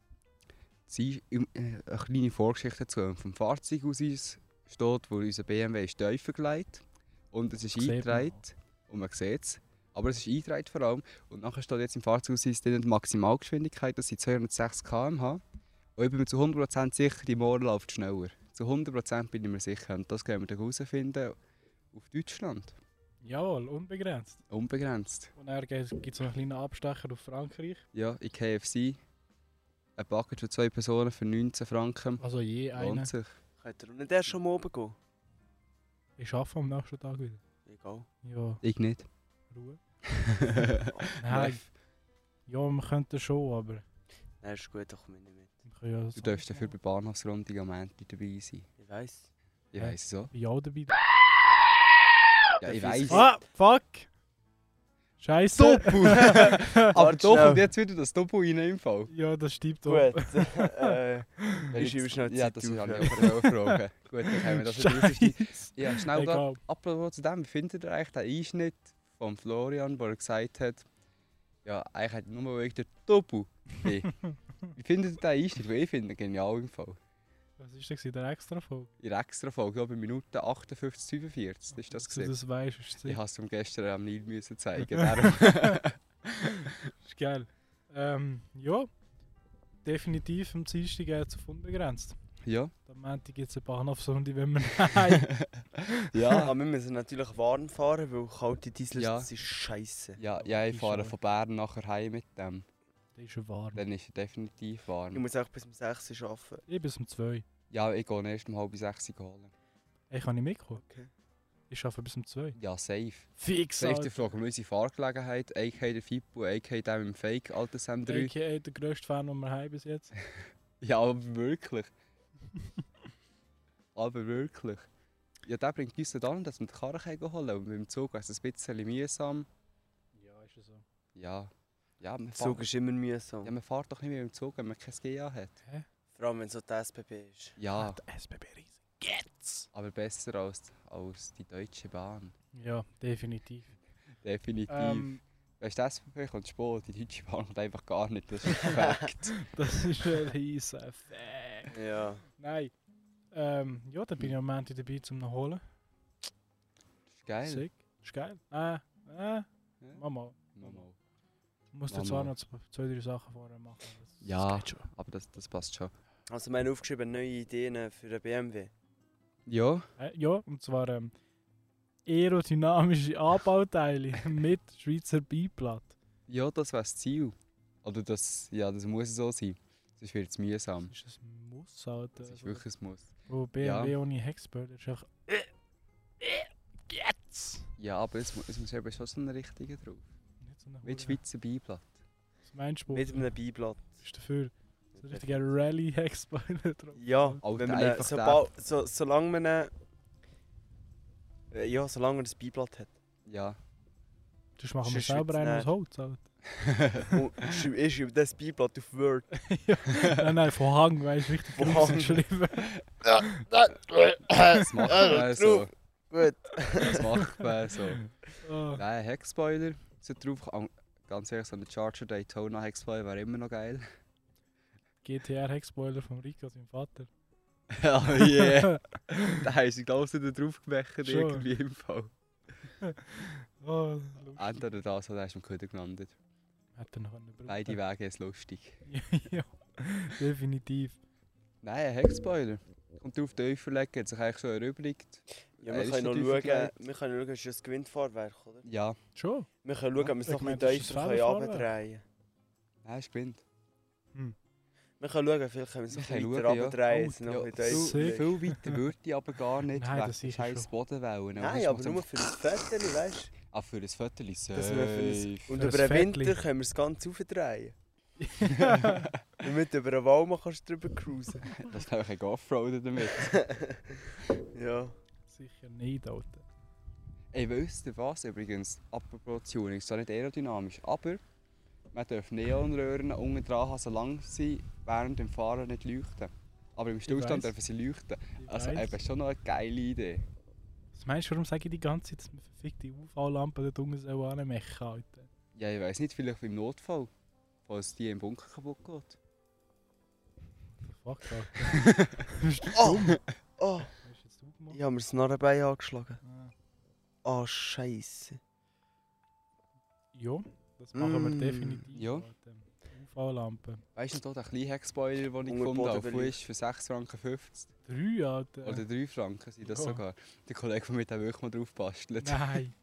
[SPEAKER 1] Sie, im- äh, eine kleine Vorgeschichte zu vom Fahrzeug aus uns steht, wo unser BMW ist tiefer gelegt und es ist
[SPEAKER 2] Sieht man
[SPEAKER 1] eingetragen und man sieht es. Aber es ist eingetragen vor allem und nachher steht jetzt im Fahrzeug aus uns drinnen die Maximalgeschwindigkeit, das sind 206 km/h und ich bin mir zu 100% sicher, die Moor läuft schneller. Zu 100% bin ich mir sicher und das können wir dann herausfinden auf Deutschland.
[SPEAKER 2] Jawohl, unbegrenzt.
[SPEAKER 1] Unbegrenzt.
[SPEAKER 2] Und er gibt es noch einen kleinen Abstecher auf Frankreich.
[SPEAKER 1] Ja, in KFC. Ein Package für zwei Personen für 19 Franken.
[SPEAKER 2] Also je einer.
[SPEAKER 1] Lohnt sich.
[SPEAKER 3] Könnt ihr auch nicht erst schon oben gehen?
[SPEAKER 2] Ich arbeite am nächsten Tag wieder.
[SPEAKER 3] Egal.
[SPEAKER 2] Ja,
[SPEAKER 1] Ich nicht. [laughs]
[SPEAKER 2] Ruhe. Nein. Ja, wir könnten schon, aber
[SPEAKER 3] Nein, ist gut, doch komm ich nicht mit.
[SPEAKER 2] wir können ja
[SPEAKER 1] Du darfst dafür bei Bahnhofsrundung am Ende dabei sein.
[SPEAKER 3] Ich weiss.
[SPEAKER 1] Ich
[SPEAKER 2] Hä?
[SPEAKER 1] weiss es auch.
[SPEAKER 2] Ja, dabei.
[SPEAKER 1] Ja,
[SPEAKER 3] Darf
[SPEAKER 1] ich
[SPEAKER 3] ich
[SPEAKER 1] weiss.
[SPEAKER 3] sagen?
[SPEAKER 2] Ah, fuck! Scheiße!
[SPEAKER 1] Aber
[SPEAKER 3] Warte
[SPEAKER 1] da kommt
[SPEAKER 3] schnell.
[SPEAKER 1] jetzt wieder das Doppel rein im Fall.
[SPEAKER 2] Ja, das stimmt auch.
[SPEAKER 3] [laughs] Gut. äh,
[SPEAKER 1] Wenn
[SPEAKER 3] schreibe
[SPEAKER 1] jetzt-
[SPEAKER 3] schnell die
[SPEAKER 1] Ja,
[SPEAKER 3] Zeit
[SPEAKER 1] das ist
[SPEAKER 3] auf,
[SPEAKER 1] ja
[SPEAKER 3] ja.
[SPEAKER 1] nicht
[SPEAKER 3] [laughs]
[SPEAKER 1] Frage. Gut, dann haben wir das nicht
[SPEAKER 2] Scheiße.
[SPEAKER 1] Ja, schnell da.
[SPEAKER 2] Egal.
[SPEAKER 1] Apropos zu dem, wie findet ihr eigentlich den Einschnitt von Florian, wo er gesagt hat, ja, eigentlich hat nur wegen der Doppel. Wie findet ihr den Einschnitt? Weil ich finde ihn genial im Fall.
[SPEAKER 2] Was ist denn der extra Folge?
[SPEAKER 1] In der extra Folge, glaube ich, Minute 58, 45 ist
[SPEAKER 2] Dass
[SPEAKER 1] das
[SPEAKER 2] du
[SPEAKER 1] gesehen.
[SPEAKER 2] das weißt, ist
[SPEAKER 1] Ich
[SPEAKER 2] sick.
[SPEAKER 1] habe es ihm gestern am Nil müssen zeigen. Darum.
[SPEAKER 2] Ist geil. Ähm, ja. Definitiv am Dienstag geht es auf unbegrenzt.
[SPEAKER 1] ja.
[SPEAKER 2] Am Montag gibt es eine Bahnhofsrunde, wenn wir nein.
[SPEAKER 3] Ja, aber wir müssen natürlich warm fahren, weil kalte Diesel
[SPEAKER 1] Ja.
[SPEAKER 3] das ist scheiße.
[SPEAKER 1] Ja,
[SPEAKER 2] Aber
[SPEAKER 1] ja,
[SPEAKER 2] die
[SPEAKER 1] ich
[SPEAKER 2] ist
[SPEAKER 1] fahre
[SPEAKER 2] schon-
[SPEAKER 1] von Bern nachher heim mit dem.
[SPEAKER 2] Das ist ja warm.
[SPEAKER 1] Dann ist er definitiv
[SPEAKER 3] Ich
[SPEAKER 1] warm.
[SPEAKER 3] muss auch bis um 6 Uhr arbeiten.
[SPEAKER 2] Ich bis um 2.
[SPEAKER 1] Ja, ich gehe erst um halb sechs Uhr holen.
[SPEAKER 2] Ich kann nicht mitkommen.
[SPEAKER 3] Okay.
[SPEAKER 2] Ich arbeite bis um 2.
[SPEAKER 1] Ja, safe.
[SPEAKER 2] Fix,
[SPEAKER 1] Safe,
[SPEAKER 2] Alter.
[SPEAKER 1] die Frage um unsere Fahrgelegenheit. AK der Fippo, AK dem im Fake, altes M3.
[SPEAKER 2] AKA der grösste Fan, den wir haben bis jetzt.
[SPEAKER 1] Ja, aber wirklich. [laughs] aber wirklich. Ja, der bringt uns dann an, dass wir die Karre können holen können. Und mit dem Zug ist es ein bisschen mühsam.
[SPEAKER 2] Ja, ist ja so.
[SPEAKER 1] Ja. Ja, man
[SPEAKER 3] Der Zug
[SPEAKER 1] fährt,
[SPEAKER 3] ist immer mühsam.
[SPEAKER 1] ja, man fährt doch nicht mit dem Zug, wenn man kein GA hat.
[SPEAKER 3] Vor allem, wenn es so die SBB ist.
[SPEAKER 1] Ja,
[SPEAKER 2] Der SBB riesig. Geht's!
[SPEAKER 1] aber besser als, als die Deutsche Bahn.
[SPEAKER 2] Ja, definitiv.
[SPEAKER 1] Definitiv.
[SPEAKER 2] Ähm,
[SPEAKER 1] Weißt du, das SVP kommt spät, die Deutsche Bahn kommt einfach gar nicht,
[SPEAKER 2] [laughs]
[SPEAKER 1] das ist perfekt.
[SPEAKER 2] das ist ein riesen Fan.
[SPEAKER 3] Ja.
[SPEAKER 2] Nein. Ähm, ja, dann bin ich am Montag dabei zum noch holen.
[SPEAKER 1] das ist geil.
[SPEAKER 2] Sick. Ist geil. Äh, äh,
[SPEAKER 1] Ja.
[SPEAKER 2] Mama.
[SPEAKER 1] Nochmal.
[SPEAKER 2] Musst du
[SPEAKER 1] Mama.
[SPEAKER 2] zwar noch z- zwei, drei Sachen vorher machen. aber das-
[SPEAKER 1] Ja,
[SPEAKER 2] geht schon.
[SPEAKER 1] aber das, das passt schon.
[SPEAKER 3] Also wir haben aufgeschrieben, neue Ideen für den BMW.
[SPEAKER 1] Ja,
[SPEAKER 2] Äh, ja, und zwar ähm, aerodynamische Anbauteile [laughs] mit Schweizer Beiplatte.
[SPEAKER 1] ja, das wäre das Ziel. Oder das, ja, das muss so sein. Sonst wird es mühsam.
[SPEAKER 2] Das ist ein Muss, Alter.
[SPEAKER 1] Hm. Das ist
[SPEAKER 2] Also,
[SPEAKER 1] wirklich ein Muss.
[SPEAKER 2] Wo BMW ohne Hexbird ist einfach... Jetzt!
[SPEAKER 1] Ja, aber es, mu- es muss eben schon so einen richtigen drauf.
[SPEAKER 2] Nicht so eine
[SPEAKER 1] Mit
[SPEAKER 2] Hure.
[SPEAKER 1] Schweizer Beiblatt.
[SPEAKER 2] Was meinst du?
[SPEAKER 3] Mit einem Beiblatt.
[SPEAKER 2] bist dafür. So ein richtiger [laughs] Rally-Hexbird drauf.
[SPEAKER 3] Ja,
[SPEAKER 1] Alter,
[SPEAKER 3] wenn man
[SPEAKER 1] einfach
[SPEAKER 3] sobald, so, solange man äh, äh, ja, solange man das Beiblatt [laughs] hat.
[SPEAKER 1] Ja.
[SPEAKER 2] Das machen wir
[SPEAKER 3] Sonst wird's
[SPEAKER 2] selber einen aus
[SPEAKER 3] nicht.
[SPEAKER 2] Holz, Alter.
[SPEAKER 3] Und schreib- ich schreibe das Beiblatt auf Word.
[SPEAKER 1] [laughs]
[SPEAKER 2] nein, nein, von Hang, weißt du, richtig
[SPEAKER 3] Von
[SPEAKER 2] groß
[SPEAKER 3] Hang.
[SPEAKER 2] geschrieben.
[SPEAKER 1] Das macht man Äh, so.
[SPEAKER 3] Gut. Äh,
[SPEAKER 1] Das macht man so. [laughs]
[SPEAKER 2] Oh.
[SPEAKER 1] Nein, Heckspoiler sollte drauf. kommen. Ganz ehrlich, so ein Charger Daytona Heckspoiler wäre immer noch geil.
[SPEAKER 2] GTR Hexboiler von Rico, seinem Vater.
[SPEAKER 1] oh yeah.
[SPEAKER 2] [laughs]
[SPEAKER 1] da haben sie, glaube ich, nicht drauf gewechselt,
[SPEAKER 2] Schon.
[SPEAKER 1] irgendwie im Fall.
[SPEAKER 2] oh, lustig.
[SPEAKER 1] Entweder das oder er ist im Köder gelandet.
[SPEAKER 2] Hätte er noch einen Bruder.
[SPEAKER 1] Beide Wege ist lustig.
[SPEAKER 2] [laughs] ja, definitiv.
[SPEAKER 1] Nein, ein Heckspoiler. Kommt drauf, den verlegen, hat sich eigentlich schon erübrigt.
[SPEAKER 3] Ja,
[SPEAKER 1] Er
[SPEAKER 3] wir
[SPEAKER 1] ist
[SPEAKER 3] können noch
[SPEAKER 1] schon
[SPEAKER 3] schauen,
[SPEAKER 1] tiefer gelegt.
[SPEAKER 3] wir können schauen, ist das ein Gewindfahrwerk, oder?
[SPEAKER 1] Ja,
[SPEAKER 2] Schon?
[SPEAKER 3] Wir können schauen, ob wir es
[SPEAKER 2] Ich
[SPEAKER 3] noch ein
[SPEAKER 2] meine,
[SPEAKER 3] bisschen
[SPEAKER 2] das ist ein
[SPEAKER 3] tiefer können
[SPEAKER 2] Fahrwerk.
[SPEAKER 3] runterdrehen können.
[SPEAKER 1] er ist gewinnt.
[SPEAKER 3] Wir können schauen, vielleicht können wir es
[SPEAKER 1] Wir
[SPEAKER 3] noch
[SPEAKER 1] können
[SPEAKER 3] ein bisschen
[SPEAKER 1] schauen, ja.
[SPEAKER 3] runterdrehen.
[SPEAKER 2] Oh,
[SPEAKER 3] dass es noch
[SPEAKER 1] Ja, viel,
[SPEAKER 3] ein bisschen tiefer
[SPEAKER 1] viel weiter würde ich aber gar nicht
[SPEAKER 2] Nein,
[SPEAKER 1] weg.
[SPEAKER 2] das ist ja
[SPEAKER 1] scheiß
[SPEAKER 2] schon.
[SPEAKER 1] Bodenwellen.
[SPEAKER 3] Nein, aber nur für ein Viertel, weißt du?
[SPEAKER 1] Ah, für ein Viertel safe.
[SPEAKER 3] Dass wir für ein, und
[SPEAKER 2] Für
[SPEAKER 3] über
[SPEAKER 2] ein
[SPEAKER 3] den Winter
[SPEAKER 2] Viertel.
[SPEAKER 3] können wir es
[SPEAKER 2] [laughs]
[SPEAKER 3] ganz aufdrehen. Damit du über den Walm kannst du drüber cruisen. [laughs]
[SPEAKER 1] Das kann ich auch offroaden damit.
[SPEAKER 3] ja.
[SPEAKER 2] Sicher nicht, Alter.
[SPEAKER 1] Ey, wisst ihr was übrigens? Apropos Tuning, ist zwar nicht aerodynamisch, aber man darf Neonröhren unten dran haben, solange sie während dem Fahren nicht leuchten. Aber im Stillstand
[SPEAKER 2] weiss.
[SPEAKER 1] dürfen sie leuchten.
[SPEAKER 2] Ich
[SPEAKER 1] Also
[SPEAKER 2] weiss.
[SPEAKER 1] eben schon noch eine geile Idee.
[SPEAKER 2] Was meinst du, warum sage ich die ganze Zeit, dass man verfickte UV-Lampen dort unten so anmachen kann, Alter?
[SPEAKER 1] Ja, ich weiß nicht, vielleicht im Notfall, falls die im Bunker kaputt geht.
[SPEAKER 2] Fuck, Alter.
[SPEAKER 1] [laughs]
[SPEAKER 3] Oh! Oh!
[SPEAKER 2] Was hast jetzt du gemacht?
[SPEAKER 3] Ich habe mir das Narrenbein angeschlagen.
[SPEAKER 2] Ah.
[SPEAKER 3] Ah, Scheiße.
[SPEAKER 2] Ja, das machen wir
[SPEAKER 3] Mm,
[SPEAKER 2] definitiv.
[SPEAKER 1] ja.
[SPEAKER 2] Alter. UV-Lampe.
[SPEAKER 1] Weißt du noch, den kleinen Heckspoiler, den ich
[SPEAKER 3] Unter
[SPEAKER 1] gefunden habe,
[SPEAKER 3] Bodenbeleuchtung.
[SPEAKER 1] ist für 6,50 Franken.
[SPEAKER 2] Drei, Alter.
[SPEAKER 1] Oder 3 Franken sind das
[SPEAKER 2] Ja.
[SPEAKER 1] sogar. Der Kollege von mir hat wirklich mal drauf bastelt.
[SPEAKER 2] Oh. Nein.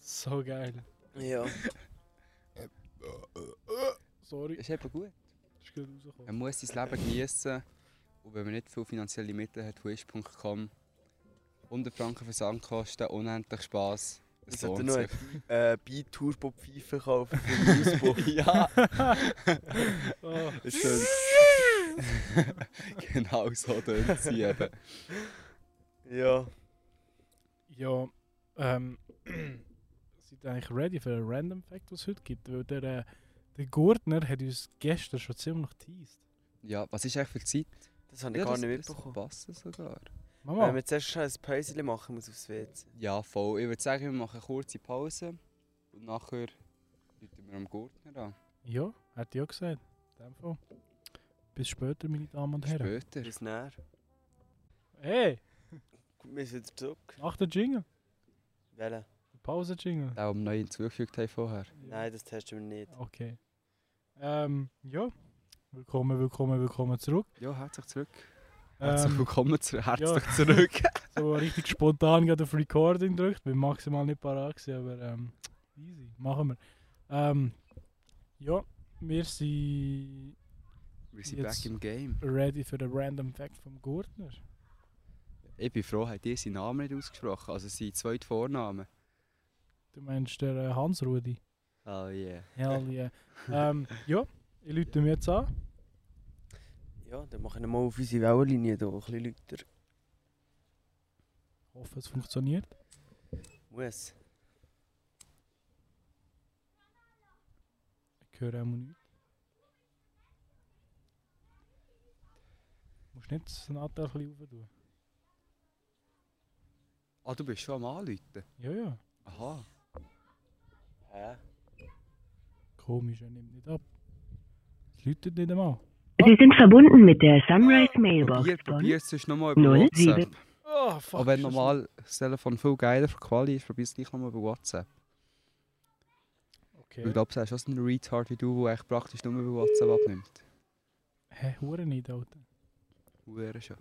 [SPEAKER 2] So geil.
[SPEAKER 3] Ja.
[SPEAKER 2] Sorry,
[SPEAKER 1] Ist eben gut.
[SPEAKER 2] ist gerade rausgekommen.
[SPEAKER 1] Man muss sein Leben genießen. Und wenn man nicht viel finanzielle Mittel hat, wish.com, 100 Franken Versandkosten, unendlich Spass.
[SPEAKER 3] Ich
[SPEAKER 1] Es
[SPEAKER 3] sollte
[SPEAKER 1] lohnt sich.
[SPEAKER 3] noch [laughs] Äh, Bi-Turbo-Pfeife kaufen [laughs] für den Ausbruch.
[SPEAKER 1] [laughs] ja,
[SPEAKER 2] Oh,
[SPEAKER 1] es stimmt. [laughs] genau so tönt sie eben.
[SPEAKER 3] Ja.
[SPEAKER 2] ja, ähm, [clears throat] seid ihr eigentlich ready für einen Random Fact, was es heute gibt? Weil der, äh, der Gurtner hat uns gestern schon ziemlich teased.
[SPEAKER 1] Ja, was ist eigentlich für die Zeit?
[SPEAKER 3] Das habe ich
[SPEAKER 1] Ja,
[SPEAKER 3] gar
[SPEAKER 1] das-
[SPEAKER 3] nicht
[SPEAKER 1] das
[SPEAKER 3] mitbekommen.
[SPEAKER 1] passt sogar.
[SPEAKER 2] Mama,
[SPEAKER 3] Wenn wir zuerst schnell ein Päuschen machen, muss aufs WC.
[SPEAKER 1] Ja, voll. Ich würde sagen, wir machen eine kurze Pause. Und nachher rufen wir am Gurtner an.
[SPEAKER 2] ja, hat ja gesagt. In dem Fall. Bis später, meine Damen und Herren.
[SPEAKER 1] Später.
[SPEAKER 3] Bis näher.
[SPEAKER 2] Hey,
[SPEAKER 3] Wir sind wieder zurück.
[SPEAKER 2] mach den Jingle.
[SPEAKER 3] Welle.
[SPEAKER 2] Den Pause-Jingle.
[SPEAKER 1] Auch neu hinzugefügt haben vorher.
[SPEAKER 3] Nein, das testen wir nicht.
[SPEAKER 2] Okay. Ähm, ja. Willkommen, willkommen, willkommen zurück.
[SPEAKER 1] Ja, herzlich zurück. Herzlich
[SPEAKER 2] Ähm,
[SPEAKER 1] willkommen zu Herzlich
[SPEAKER 2] ja.
[SPEAKER 1] zurück.
[SPEAKER 2] so richtig spontan gerade auf Recording gedrückt. Bin maximal nicht parat gewesen, aber ähm, easy. Machen wir. Ähm, ja, wir sind
[SPEAKER 1] Wir sind
[SPEAKER 2] Jetzt-
[SPEAKER 1] back im Game.
[SPEAKER 2] ready für den Random Fact vom Gurtner.
[SPEAKER 1] Ich bin froh, hat ihr seinen Namen nicht ausgesprochen. Also sein zweiter Vorname.
[SPEAKER 2] Du meinst der äh, Hans-Rudi?
[SPEAKER 1] Oh yeah.
[SPEAKER 2] Hell yeah. ähm, ja, ich lüte mir jetzt an.
[SPEAKER 3] Ja, dann machen wir mal auf unsere Wellenlinie hier ein bisschen lauter.
[SPEAKER 2] Hoffe, es funktioniert.
[SPEAKER 3] Muss.
[SPEAKER 2] Ich höre auch mal nichts. Musst nicht das Nadel ein bisschen rauf tun.
[SPEAKER 1] Ah, du bist schon am Anrufen?
[SPEAKER 2] Ja, ja.
[SPEAKER 1] Aha.
[SPEAKER 3] Hä?
[SPEAKER 2] Komisch, er nimmt nicht ab. Es läutet nicht einmal.
[SPEAKER 4] Sie sind verbunden mit der Sunrise Mailbox
[SPEAKER 1] Probier, probier
[SPEAKER 4] von
[SPEAKER 1] es sonst nochmal über
[SPEAKER 4] null
[SPEAKER 1] WhatsApp.
[SPEAKER 4] sieben.
[SPEAKER 2] Oh, fuck.
[SPEAKER 1] Auch wenn
[SPEAKER 2] ist das-
[SPEAKER 1] normal das Telefon viel geiler für Quali ist, probier es gleich nochmal über WhatsApp. Ich
[SPEAKER 2] Okay.
[SPEAKER 1] glaube, er ist auch so ein Retard wie du, der eigentlich praktisch nur über WhatsApp abnimmt.
[SPEAKER 2] Hä, hure nicht, Alter.
[SPEAKER 1] Hure schon.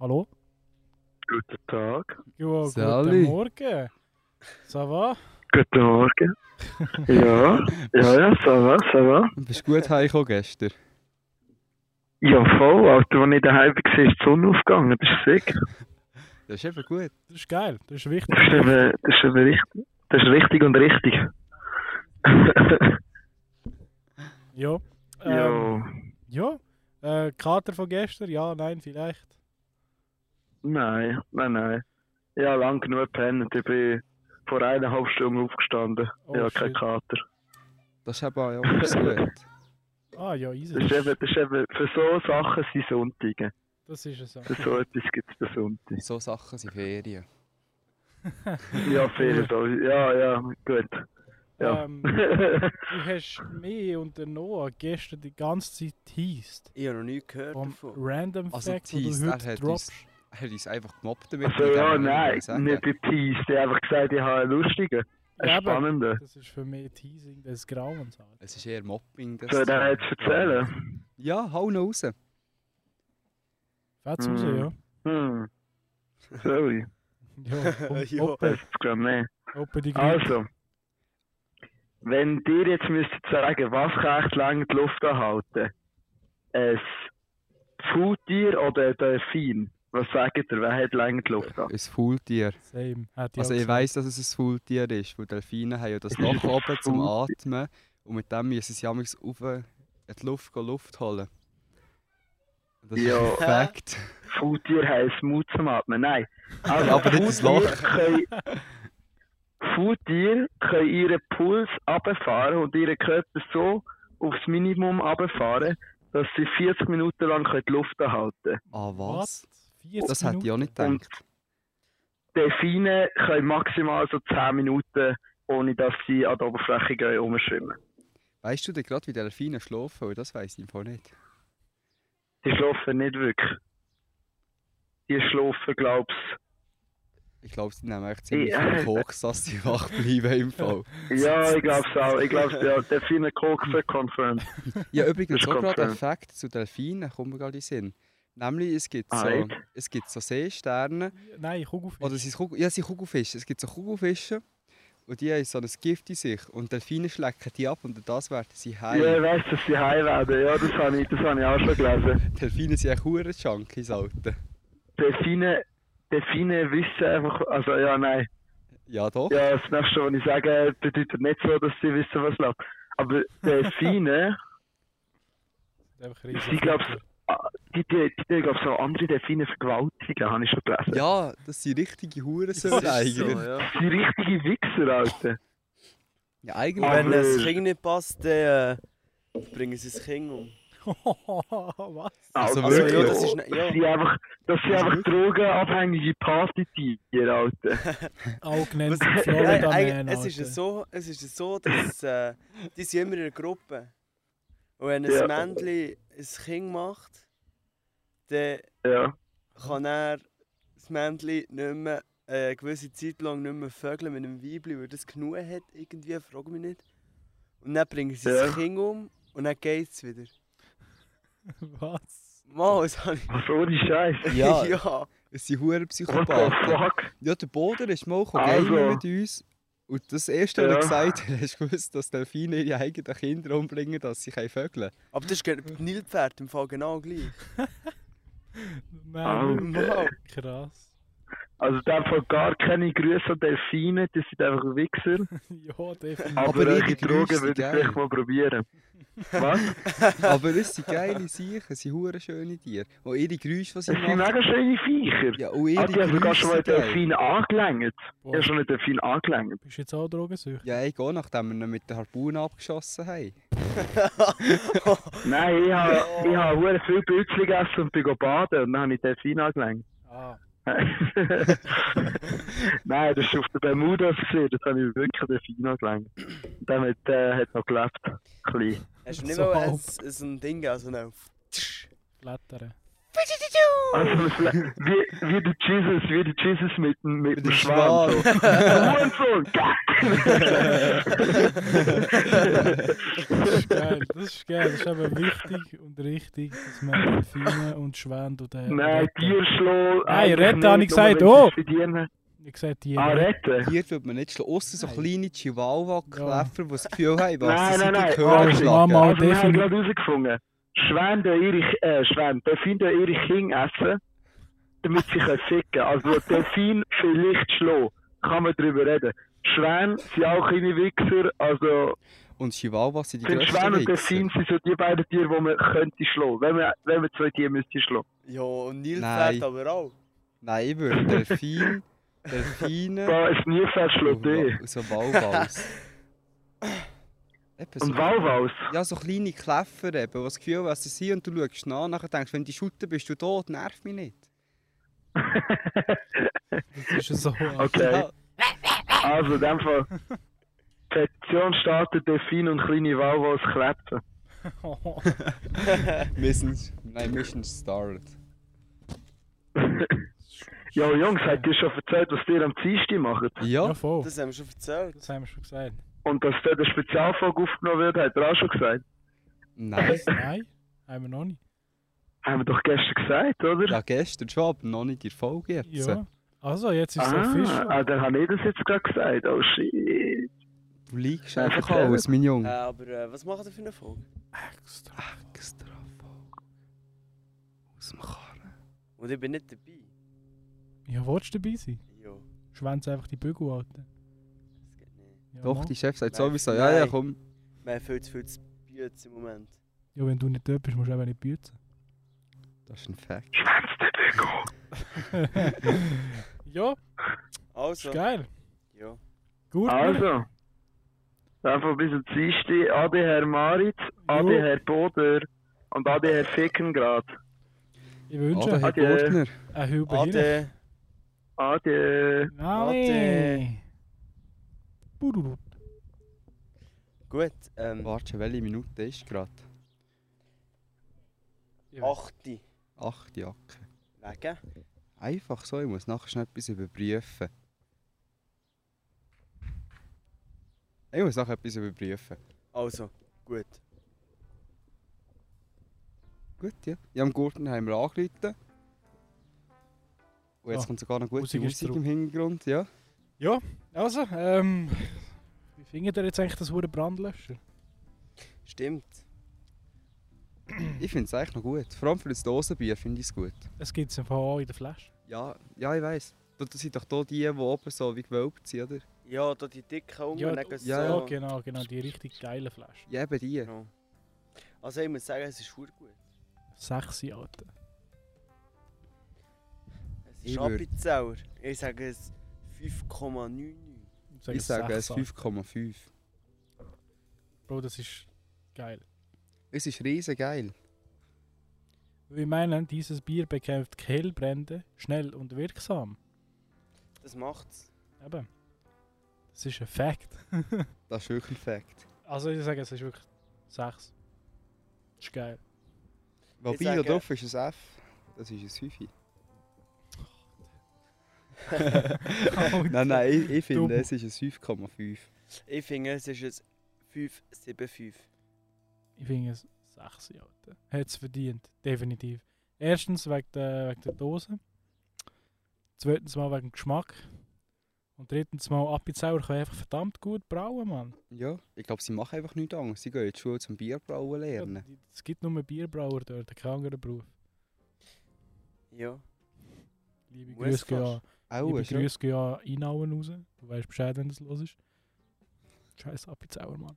[SPEAKER 2] Hallo?
[SPEAKER 5] Guten Tag.
[SPEAKER 2] Jo,
[SPEAKER 1] Sali.
[SPEAKER 2] guten Morgen. Ça va?
[SPEAKER 5] Guten Morgen. Ja, ja, ja, ça va, ça va.
[SPEAKER 1] Und bist du gut heimgekommen gestern?
[SPEAKER 5] Ja, voll, Alter, als ich daheim war, ist die Sonne aufgegangen, das ist sick.
[SPEAKER 1] Das ist eben gut.
[SPEAKER 2] Das ist geil, das ist wichtig.
[SPEAKER 5] Das ist eben, das ist eben richtig, das ist richtig und richtig. [laughs]
[SPEAKER 2] Ja. Ähm,
[SPEAKER 5] ja,
[SPEAKER 2] ja. Äh, Kater von gestern? Ja, nein, vielleicht.
[SPEAKER 5] nein, nein, nein. Ja, lang genug gepennt, ich bin vor eineinhalb Stunden aufgestanden.
[SPEAKER 2] Oh,
[SPEAKER 5] ja, kein
[SPEAKER 2] shit.
[SPEAKER 5] Kater.
[SPEAKER 1] Das ist eben auch ja, alles gut.
[SPEAKER 2] Ah ja, easy.
[SPEAKER 5] Das ist eben, das ist eben, für so Sachen sind Sonntage.
[SPEAKER 2] Das ist es. ja.
[SPEAKER 5] Für so etwas gibt es den
[SPEAKER 2] [laughs]
[SPEAKER 5] Sonntag.
[SPEAKER 1] So Sachen sind Ferien.
[SPEAKER 5] Ja, viele so. Ja, ja, gut. Ja.
[SPEAKER 2] Ähm,
[SPEAKER 5] [laughs]
[SPEAKER 2] du hast mich und den Noah gestern die ganze Zeit teased.
[SPEAKER 3] Ich habe noch nie gehört
[SPEAKER 2] Vom
[SPEAKER 3] davon.
[SPEAKER 2] Random
[SPEAKER 1] Also
[SPEAKER 2] Fact, den
[SPEAKER 1] teased,
[SPEAKER 2] du heute
[SPEAKER 1] er hat
[SPEAKER 2] droppst.
[SPEAKER 1] Er hat uns einfach gemobbt damit.
[SPEAKER 5] Also
[SPEAKER 1] mit dem
[SPEAKER 5] ja,
[SPEAKER 1] wir
[SPEAKER 5] nein,
[SPEAKER 1] sagen.
[SPEAKER 5] nicht geteased. Ich habe einfach gesagt, ich habe einen lustigen, einen
[SPEAKER 2] Ja, aber-
[SPEAKER 5] spannenden.
[SPEAKER 2] Das ist für mich Teasing des Grauens. Alter.
[SPEAKER 1] Es ist eher Mobbing. Das
[SPEAKER 5] Soll ich den jetzt erzählen?
[SPEAKER 1] Ja, hau noch raus.
[SPEAKER 2] Fett's
[SPEAKER 5] Mm.
[SPEAKER 2] raus,
[SPEAKER 5] Hm. Sorry,
[SPEAKER 1] [laughs]
[SPEAKER 2] ja? Ja,
[SPEAKER 3] Ja.
[SPEAKER 2] open,
[SPEAKER 5] das ist gerade nicht.
[SPEAKER 2] open die Gründe.
[SPEAKER 5] Also, wenn dir jetzt müsstet sagen, was kann echt lange die Luft anhalten? Ein Faultier oder ein Delfin? Was sagt ihr, wer hat lange die Luft an?
[SPEAKER 1] Ein Faultier.
[SPEAKER 2] Same. Hätte ich
[SPEAKER 1] Also
[SPEAKER 2] auch
[SPEAKER 1] ich
[SPEAKER 2] gesagt.
[SPEAKER 1] weiss, dass es ein Faultier ist, weil Delfine haben ja das
[SPEAKER 5] Es ist
[SPEAKER 1] Loch
[SPEAKER 5] ein
[SPEAKER 1] oben zum
[SPEAKER 5] Faultier.
[SPEAKER 1] Atmen und mit dem müssen sie jeweils auf äh, in die Luft, gehen Luft holen. Das ist
[SPEAKER 5] Ja.
[SPEAKER 1] ein Fakt.
[SPEAKER 5] Faultier heisst Mut zum
[SPEAKER 1] [laughs]
[SPEAKER 5] Atmen. Nein. Also,
[SPEAKER 1] Aber nicht das Loch.
[SPEAKER 5] Faultiere können- Faultiere können ihren Puls runterfahren und ihren Körper so aufs Minimum runterfahren, dass sie 40 Minuten lang können die Luft anhalten
[SPEAKER 1] Ah was?
[SPEAKER 2] 40
[SPEAKER 1] Das hätte ich auch nicht
[SPEAKER 5] Minuten.
[SPEAKER 1] gedacht.
[SPEAKER 5] können. Delfine können maximal so 10 Minuten, ohne dass sie an der Oberfläche gehen, rumschwimmen.
[SPEAKER 1] Weißt du denn gerade, wie Delfine schlafen? Weil Das weiss ich einfach nicht.
[SPEAKER 5] Die schlafen nicht wirklich. Die schlafen, glaubst
[SPEAKER 1] Ich glaube, sie nehmen echt ziemlich
[SPEAKER 5] Ja.
[SPEAKER 1] viel Koks, dass sie wach bleiben im Fall.
[SPEAKER 5] Ja, ich glaub's auch. Ich glaub's, ja, Delfine koksen, confirmed.
[SPEAKER 1] Ja, übrigens
[SPEAKER 5] Das
[SPEAKER 1] auch
[SPEAKER 5] kommt
[SPEAKER 1] gerade ein
[SPEAKER 5] schön.
[SPEAKER 1] Fakt zu Delfinen, kommt mir gerade in den Sinn. Nämlich, es gibt
[SPEAKER 5] Ah,
[SPEAKER 1] so,
[SPEAKER 5] echt?
[SPEAKER 1] es gibt so Seesterne,
[SPEAKER 2] Nein, ich gucke auf
[SPEAKER 1] Oder sind Kugel, ja, es sind Kugelfische. Es gibt so Kugelfische und die haben so ein Gift in sich. Und Delfine schlecken die ab und das werden sie heim.
[SPEAKER 5] Ja, ich weiss, dass sie heim werden. Ja, das habe ich, das hab ich auch schon gelesen.
[SPEAKER 1] Delfine sind echt hure Junkies, Alter.
[SPEAKER 5] Delfine, Delfine wissen einfach, also ja, nein.
[SPEAKER 1] Ja, doch.
[SPEAKER 5] Ja, das nächste, was ich sage, bedeutet nicht so, dass sie wissen, was läuft. Aber
[SPEAKER 1] [laughs]
[SPEAKER 5] Delfine,
[SPEAKER 2] Einfach
[SPEAKER 5] sie glaub's, ah, die, die, die, die glaub's, so andere Delfine vergewaltigen, habe ich schon gelesen.
[SPEAKER 1] Ja, das sind richtige
[SPEAKER 3] Das
[SPEAKER 1] Hurensöhne
[SPEAKER 3] ist so,
[SPEAKER 1] eigentlich.
[SPEAKER 3] ja.
[SPEAKER 5] Sie richtige Wichser, Alter.
[SPEAKER 1] Ja, eigentlich.
[SPEAKER 5] Aber-
[SPEAKER 3] Wenn das Kind nicht passt, dann äh, bringen sie das Kind um.
[SPEAKER 2] [laughs] Was?
[SPEAKER 1] Also
[SPEAKER 5] Alter,
[SPEAKER 1] wirklich?
[SPEAKER 5] ja,
[SPEAKER 1] Das
[SPEAKER 3] ist nicht- ja.
[SPEAKER 5] dass sie einfach, dass sie
[SPEAKER 1] Also
[SPEAKER 5] einfach drogenabhängige
[SPEAKER 1] [laughs]
[SPEAKER 5] Partytiere, Alter.
[SPEAKER 2] Auch genannt
[SPEAKER 3] Was- Nein,
[SPEAKER 2] Florida Man.
[SPEAKER 3] eigentlich- es ist ja
[SPEAKER 2] Alter.
[SPEAKER 3] so, es ist ja so, dass äh, die sind immer in einer Gruppe. Und wenn ein
[SPEAKER 5] Ja.
[SPEAKER 3] Männchen ein Kind macht, dann
[SPEAKER 5] Ja.
[SPEAKER 3] kann er das Männchen nicht mehr, äh, eine gewisse Zeit lang nicht mehr vögeln mit einem Weibchen, weil das genug hat, irgendwie, frag mich nicht. Und dann bringen sie das
[SPEAKER 5] Ja.
[SPEAKER 3] Kind um und dann geht es wieder.
[SPEAKER 2] Was?
[SPEAKER 3] Mann, das habe ich...
[SPEAKER 5] Was Also ohne Scheiß.
[SPEAKER 1] Ja,
[SPEAKER 3] [laughs] ja.
[SPEAKER 1] es sind hure
[SPEAKER 5] What the
[SPEAKER 1] Psychopathen.
[SPEAKER 5] fuck?
[SPEAKER 1] Ja, der Boden ist mal
[SPEAKER 5] Also.
[SPEAKER 1] gegangen mit uns. Und das erste, was
[SPEAKER 5] Ja.
[SPEAKER 1] er gesagt hat, [laughs] hast du gewusst, dass Delfine ihre eigenen Kinder umbringen, dass sie vögeln können.
[SPEAKER 3] Aber das ist gerade bei Nilpferd im Fall genau gleich.
[SPEAKER 2] Nein,
[SPEAKER 3] Mann.
[SPEAKER 2] krass. [laughs]
[SPEAKER 5] Also, da von gar keine Grüße an Delfine, das sind einfach Wichser.
[SPEAKER 2] ja, definitiv.
[SPEAKER 5] Aber,
[SPEAKER 1] Aber
[SPEAKER 5] aber
[SPEAKER 1] ihre
[SPEAKER 5] ich Drogen
[SPEAKER 1] Grüße
[SPEAKER 5] würde ich
[SPEAKER 1] geil.
[SPEAKER 5] vielleicht mal probieren. Was?
[SPEAKER 1] Aber es sind geile Sachen, es sind hure schöne Tiere. Und ihre Geräusche, die sie
[SPEAKER 5] Das sind
[SPEAKER 1] machen.
[SPEAKER 5] mega schöne Viecher.
[SPEAKER 1] Ja, und
[SPEAKER 5] Ja,
[SPEAKER 1] ihre
[SPEAKER 5] Ah, die haben sogar schon mal einen
[SPEAKER 1] Grüße, gell?
[SPEAKER 5] Delfin angelenkt. Ich
[SPEAKER 2] Boah,
[SPEAKER 5] habe schon einen Delfin angelenkt.
[SPEAKER 2] bist du jetzt auch drogensüchtig?
[SPEAKER 1] Ja, ich gehe, nachdem wir ihn mit der Harpune abgeschossen haben.
[SPEAKER 5] Nein, ich habe, ich habe verdammt viel Pilze gegessen und bin go baden und dann habe ich Delfin angelenkt.
[SPEAKER 2] Ah,
[SPEAKER 5] [laughs] Nein, das war auf der Bermudas, gewesen, das habe ich wirklich Delfin angelenkt. Und Damit äh, hat noch gelebt. Ein bisschen.
[SPEAKER 3] Hast du nicht
[SPEAKER 2] So
[SPEAKER 3] mal
[SPEAKER 2] halb.
[SPEAKER 3] ein, ein Ding, also nein.
[SPEAKER 2] Blättern.
[SPEAKER 5] Also, es wär- wie, wie der Jesus, wie der Jesus mit, dem- mit dem
[SPEAKER 1] dem
[SPEAKER 5] Schwan. So. Hurensohn!
[SPEAKER 2] Das ist geil, das ist geil. Das ist eben wichtig und richtig, dass man Delfine und Schwände und den
[SPEAKER 5] Nein, Tier schlagen.
[SPEAKER 2] Nein,
[SPEAKER 5] eigentlich
[SPEAKER 2] retten, habe ich
[SPEAKER 5] nicht, nur
[SPEAKER 2] gesagt,
[SPEAKER 5] wenn
[SPEAKER 2] oh.
[SPEAKER 5] sie verdienen.
[SPEAKER 2] Ich sehe die.
[SPEAKER 5] Ah, retten?
[SPEAKER 1] Tier tut man nicht schlagen. Ausser so
[SPEAKER 2] Nein.
[SPEAKER 1] kleine Chihuahua-Käfer, die das Gefühl haben, was
[SPEAKER 5] Nein,
[SPEAKER 1] sie
[SPEAKER 5] nein,
[SPEAKER 1] sind die
[SPEAKER 5] nein.
[SPEAKER 1] Körner
[SPEAKER 5] Also,
[SPEAKER 1] schlagen.
[SPEAKER 2] Mama-
[SPEAKER 5] Also, wir haben
[SPEAKER 2] definitiv.
[SPEAKER 5] gerade herausgefunden, Schwäne tun ihre, äh, Schwäne, Delfine tun ihre Kinder essen, damit sie können ficken Also Delfin vielleicht schlagen, kann man darüber reden. Schwäne sind auch kleine Wichser, also
[SPEAKER 1] Und Chihuahua sind die
[SPEAKER 5] sind Schwäne
[SPEAKER 1] grössten
[SPEAKER 5] und
[SPEAKER 1] Wichser.
[SPEAKER 5] Delfin sind so die beiden Tiere, die man könnte schlagen, wenn man, wenn man zwei Tiere müsste schlagen.
[SPEAKER 3] Ja, und Nilpferd
[SPEAKER 1] Nein.
[SPEAKER 3] aber auch.
[SPEAKER 1] Nein, ich würde Delfin, Delfine
[SPEAKER 5] [laughs] Da ist nie
[SPEAKER 1] und
[SPEAKER 5] festschlägt
[SPEAKER 2] genau.
[SPEAKER 5] eh.
[SPEAKER 1] Wa- so Walwals. Eben so-
[SPEAKER 5] Und Walwals.
[SPEAKER 1] Ja, so kleine Käfer eben, die das Gefühl haben, was sie sind und du schaust nach und nachher denkst, wenn du Schutte bist du tot, nerv mich nicht.
[SPEAKER 2] Das
[SPEAKER 5] [laughs]
[SPEAKER 2] ist so.
[SPEAKER 5] Okay. Also, in dem Fall. Petition startet Delfin und kleine Walwals klepfen.
[SPEAKER 2] Oh,
[SPEAKER 1] Mission, nein, Mission Started.
[SPEAKER 5] Ja, Jungs, habt ihr schon erzählt, was ihr am Dienstag macht?
[SPEAKER 1] Ja,
[SPEAKER 2] ja, voll.
[SPEAKER 3] Das haben wir schon erzählt.
[SPEAKER 2] Das haben wir schon gesagt.
[SPEAKER 5] Und dass dort eine Spezialfolge aufgenommen wird, habt ihr auch schon gesagt.
[SPEAKER 1] nein.
[SPEAKER 2] Nein, haben wir noch nicht.
[SPEAKER 5] Haben wir doch gestern gesagt, oder?
[SPEAKER 1] Ja, gestern schon, aber noch nicht in der Folge jetzt.
[SPEAKER 2] Ja. Also, jetzt ist es
[SPEAKER 5] ah,
[SPEAKER 2] official.
[SPEAKER 5] ah, dann habe ich das jetzt gerade gesagt. Oh shit.
[SPEAKER 1] Du liegst
[SPEAKER 5] Ja,
[SPEAKER 1] einfach
[SPEAKER 5] erzähl.
[SPEAKER 1] alles, mein
[SPEAKER 3] Äh,
[SPEAKER 1] Junge.
[SPEAKER 3] aber äh, was macht ihr für eine Folge?
[SPEAKER 2] Extra.
[SPEAKER 1] Extra Folge. Aus dem Karren.
[SPEAKER 3] Und ich bin nicht dabei.
[SPEAKER 2] Ja, willst du dabei sein?
[SPEAKER 3] Ja,
[SPEAKER 2] Schwänze einfach die Bügel, Alter.
[SPEAKER 3] das geht nicht.
[SPEAKER 2] Ja,
[SPEAKER 1] Doch,
[SPEAKER 2] Mann.
[SPEAKER 1] die Chef sagt
[SPEAKER 3] Nein.
[SPEAKER 1] sowieso, ja, ja,
[SPEAKER 3] Nein.
[SPEAKER 1] komm.
[SPEAKER 3] Wir haben viel zu viel zu bieten im Moment.
[SPEAKER 2] Ja, wenn du nicht dort bist, musst du eben nicht büzen.
[SPEAKER 1] [laughs] Das ist ein Fact.
[SPEAKER 2] ja, ist
[SPEAKER 3] Also,
[SPEAKER 2] geil.
[SPEAKER 3] ja.
[SPEAKER 2] Gut.
[SPEAKER 5] Also. Einfach bis zum Dienstag. Ade Herr Maritz, Ade
[SPEAKER 2] Jo.
[SPEAKER 5] Herr Boder und Ade Herr Fickengrad.
[SPEAKER 2] Ich
[SPEAKER 1] Oder
[SPEAKER 2] wünsche
[SPEAKER 1] Herr
[SPEAKER 5] Adieu.
[SPEAKER 1] Gurtner.
[SPEAKER 2] eine Hilfe hin.
[SPEAKER 3] Ade.
[SPEAKER 5] Ade.
[SPEAKER 2] Ade. Budurut.
[SPEAKER 3] Gut, ähm,
[SPEAKER 1] Warte, schon, welche Minute ist gerade?
[SPEAKER 3] achte.
[SPEAKER 1] Acht Jacke.
[SPEAKER 3] Wegen?
[SPEAKER 1] Einfach so, ich muss nachher schnell etwas überprüfen. Ich muss nachher etwas überprüfen.
[SPEAKER 3] Also, gut.
[SPEAKER 1] Gut, ja. Ja, am Gurtner haben wir angerufen. Und jetzt
[SPEAKER 2] Ah,
[SPEAKER 1] kommt sogar noch gute
[SPEAKER 2] Musik
[SPEAKER 1] Musik,
[SPEAKER 2] ist drauf.
[SPEAKER 1] im Hintergrund, ja.
[SPEAKER 2] Also, ähm. Wie findet ihr jetzt eigentlich das hure Brandlöscher?
[SPEAKER 3] Stimmt.
[SPEAKER 1] Ich finde es eigentlich noch gut. Vor allem für das Dosenbier finde ich es gut.
[SPEAKER 2] Es gibt es im Fall auch in der Flasche.
[SPEAKER 1] Ja, ja, ich weiss. Da- Das sind doch hier die, die oben so wie gewölbt sind, oder?
[SPEAKER 3] Ja, da die dicken unten,
[SPEAKER 2] Ja,
[SPEAKER 3] dann
[SPEAKER 1] ja,
[SPEAKER 3] so.
[SPEAKER 2] Ja, genau, genau. Die richtig geile Flasche.
[SPEAKER 1] Ja, eben die.
[SPEAKER 3] Genau. Also ich muss sagen, es ist verdammt gut.
[SPEAKER 2] Sechsi, Alter.
[SPEAKER 3] Es
[SPEAKER 1] Ich
[SPEAKER 3] ist
[SPEAKER 1] würd-
[SPEAKER 3] Apizauer. Ich sage es 5,99.
[SPEAKER 1] Ich sage es
[SPEAKER 2] sechs, Alter.
[SPEAKER 1] 5,5.
[SPEAKER 2] Bro, das ist geil.
[SPEAKER 1] Es ist riesig geil.
[SPEAKER 2] Wir meinen, dieses Bier bekämpft Kehlbrände schnell und wirksam.
[SPEAKER 3] Das macht's.
[SPEAKER 2] Eben. Das ist ein Fact. [laughs]
[SPEAKER 1] Das ist wirklich ein Fact.
[SPEAKER 2] Also ich sage, es ist wirklich 6. Ist geil.
[SPEAKER 1] Wobei, da
[SPEAKER 3] sage-
[SPEAKER 1] drauf ist ein F. Das ist ein 5. Nein, nein, ich, ich finde,
[SPEAKER 2] Dumm.
[SPEAKER 1] es ist ein 5,5.
[SPEAKER 3] Ich finde, es ist jetzt 5,75.
[SPEAKER 2] Ich finde es 6, Alter. Hat es verdient, definitiv. Erstens wegen der, wegen der Dose. Zweitens mal wegen dem Geschmack. Und drittens mal, Apizauer kann einfach verdammt gut brauen, Mann.
[SPEAKER 1] Ja, ich glaube, sie machen einfach nichts anderes. Sie gehen in die Schule zum Bierbrauen
[SPEAKER 2] Ja,
[SPEAKER 1] lernen.
[SPEAKER 2] die- Es gibt nur Bierbrauer dort, kein anderer Beruf.
[SPEAKER 3] Ja.
[SPEAKER 2] Liebe
[SPEAKER 3] Muss
[SPEAKER 2] Grüße gehen
[SPEAKER 3] fast.
[SPEAKER 2] an-
[SPEAKER 1] Auch
[SPEAKER 2] liebe
[SPEAKER 1] [laughs] schon.
[SPEAKER 2] Grüße gehen an Inauen raus. Du weißt Bescheid, wenn das los ist. Scheiß Apizauer, Mann.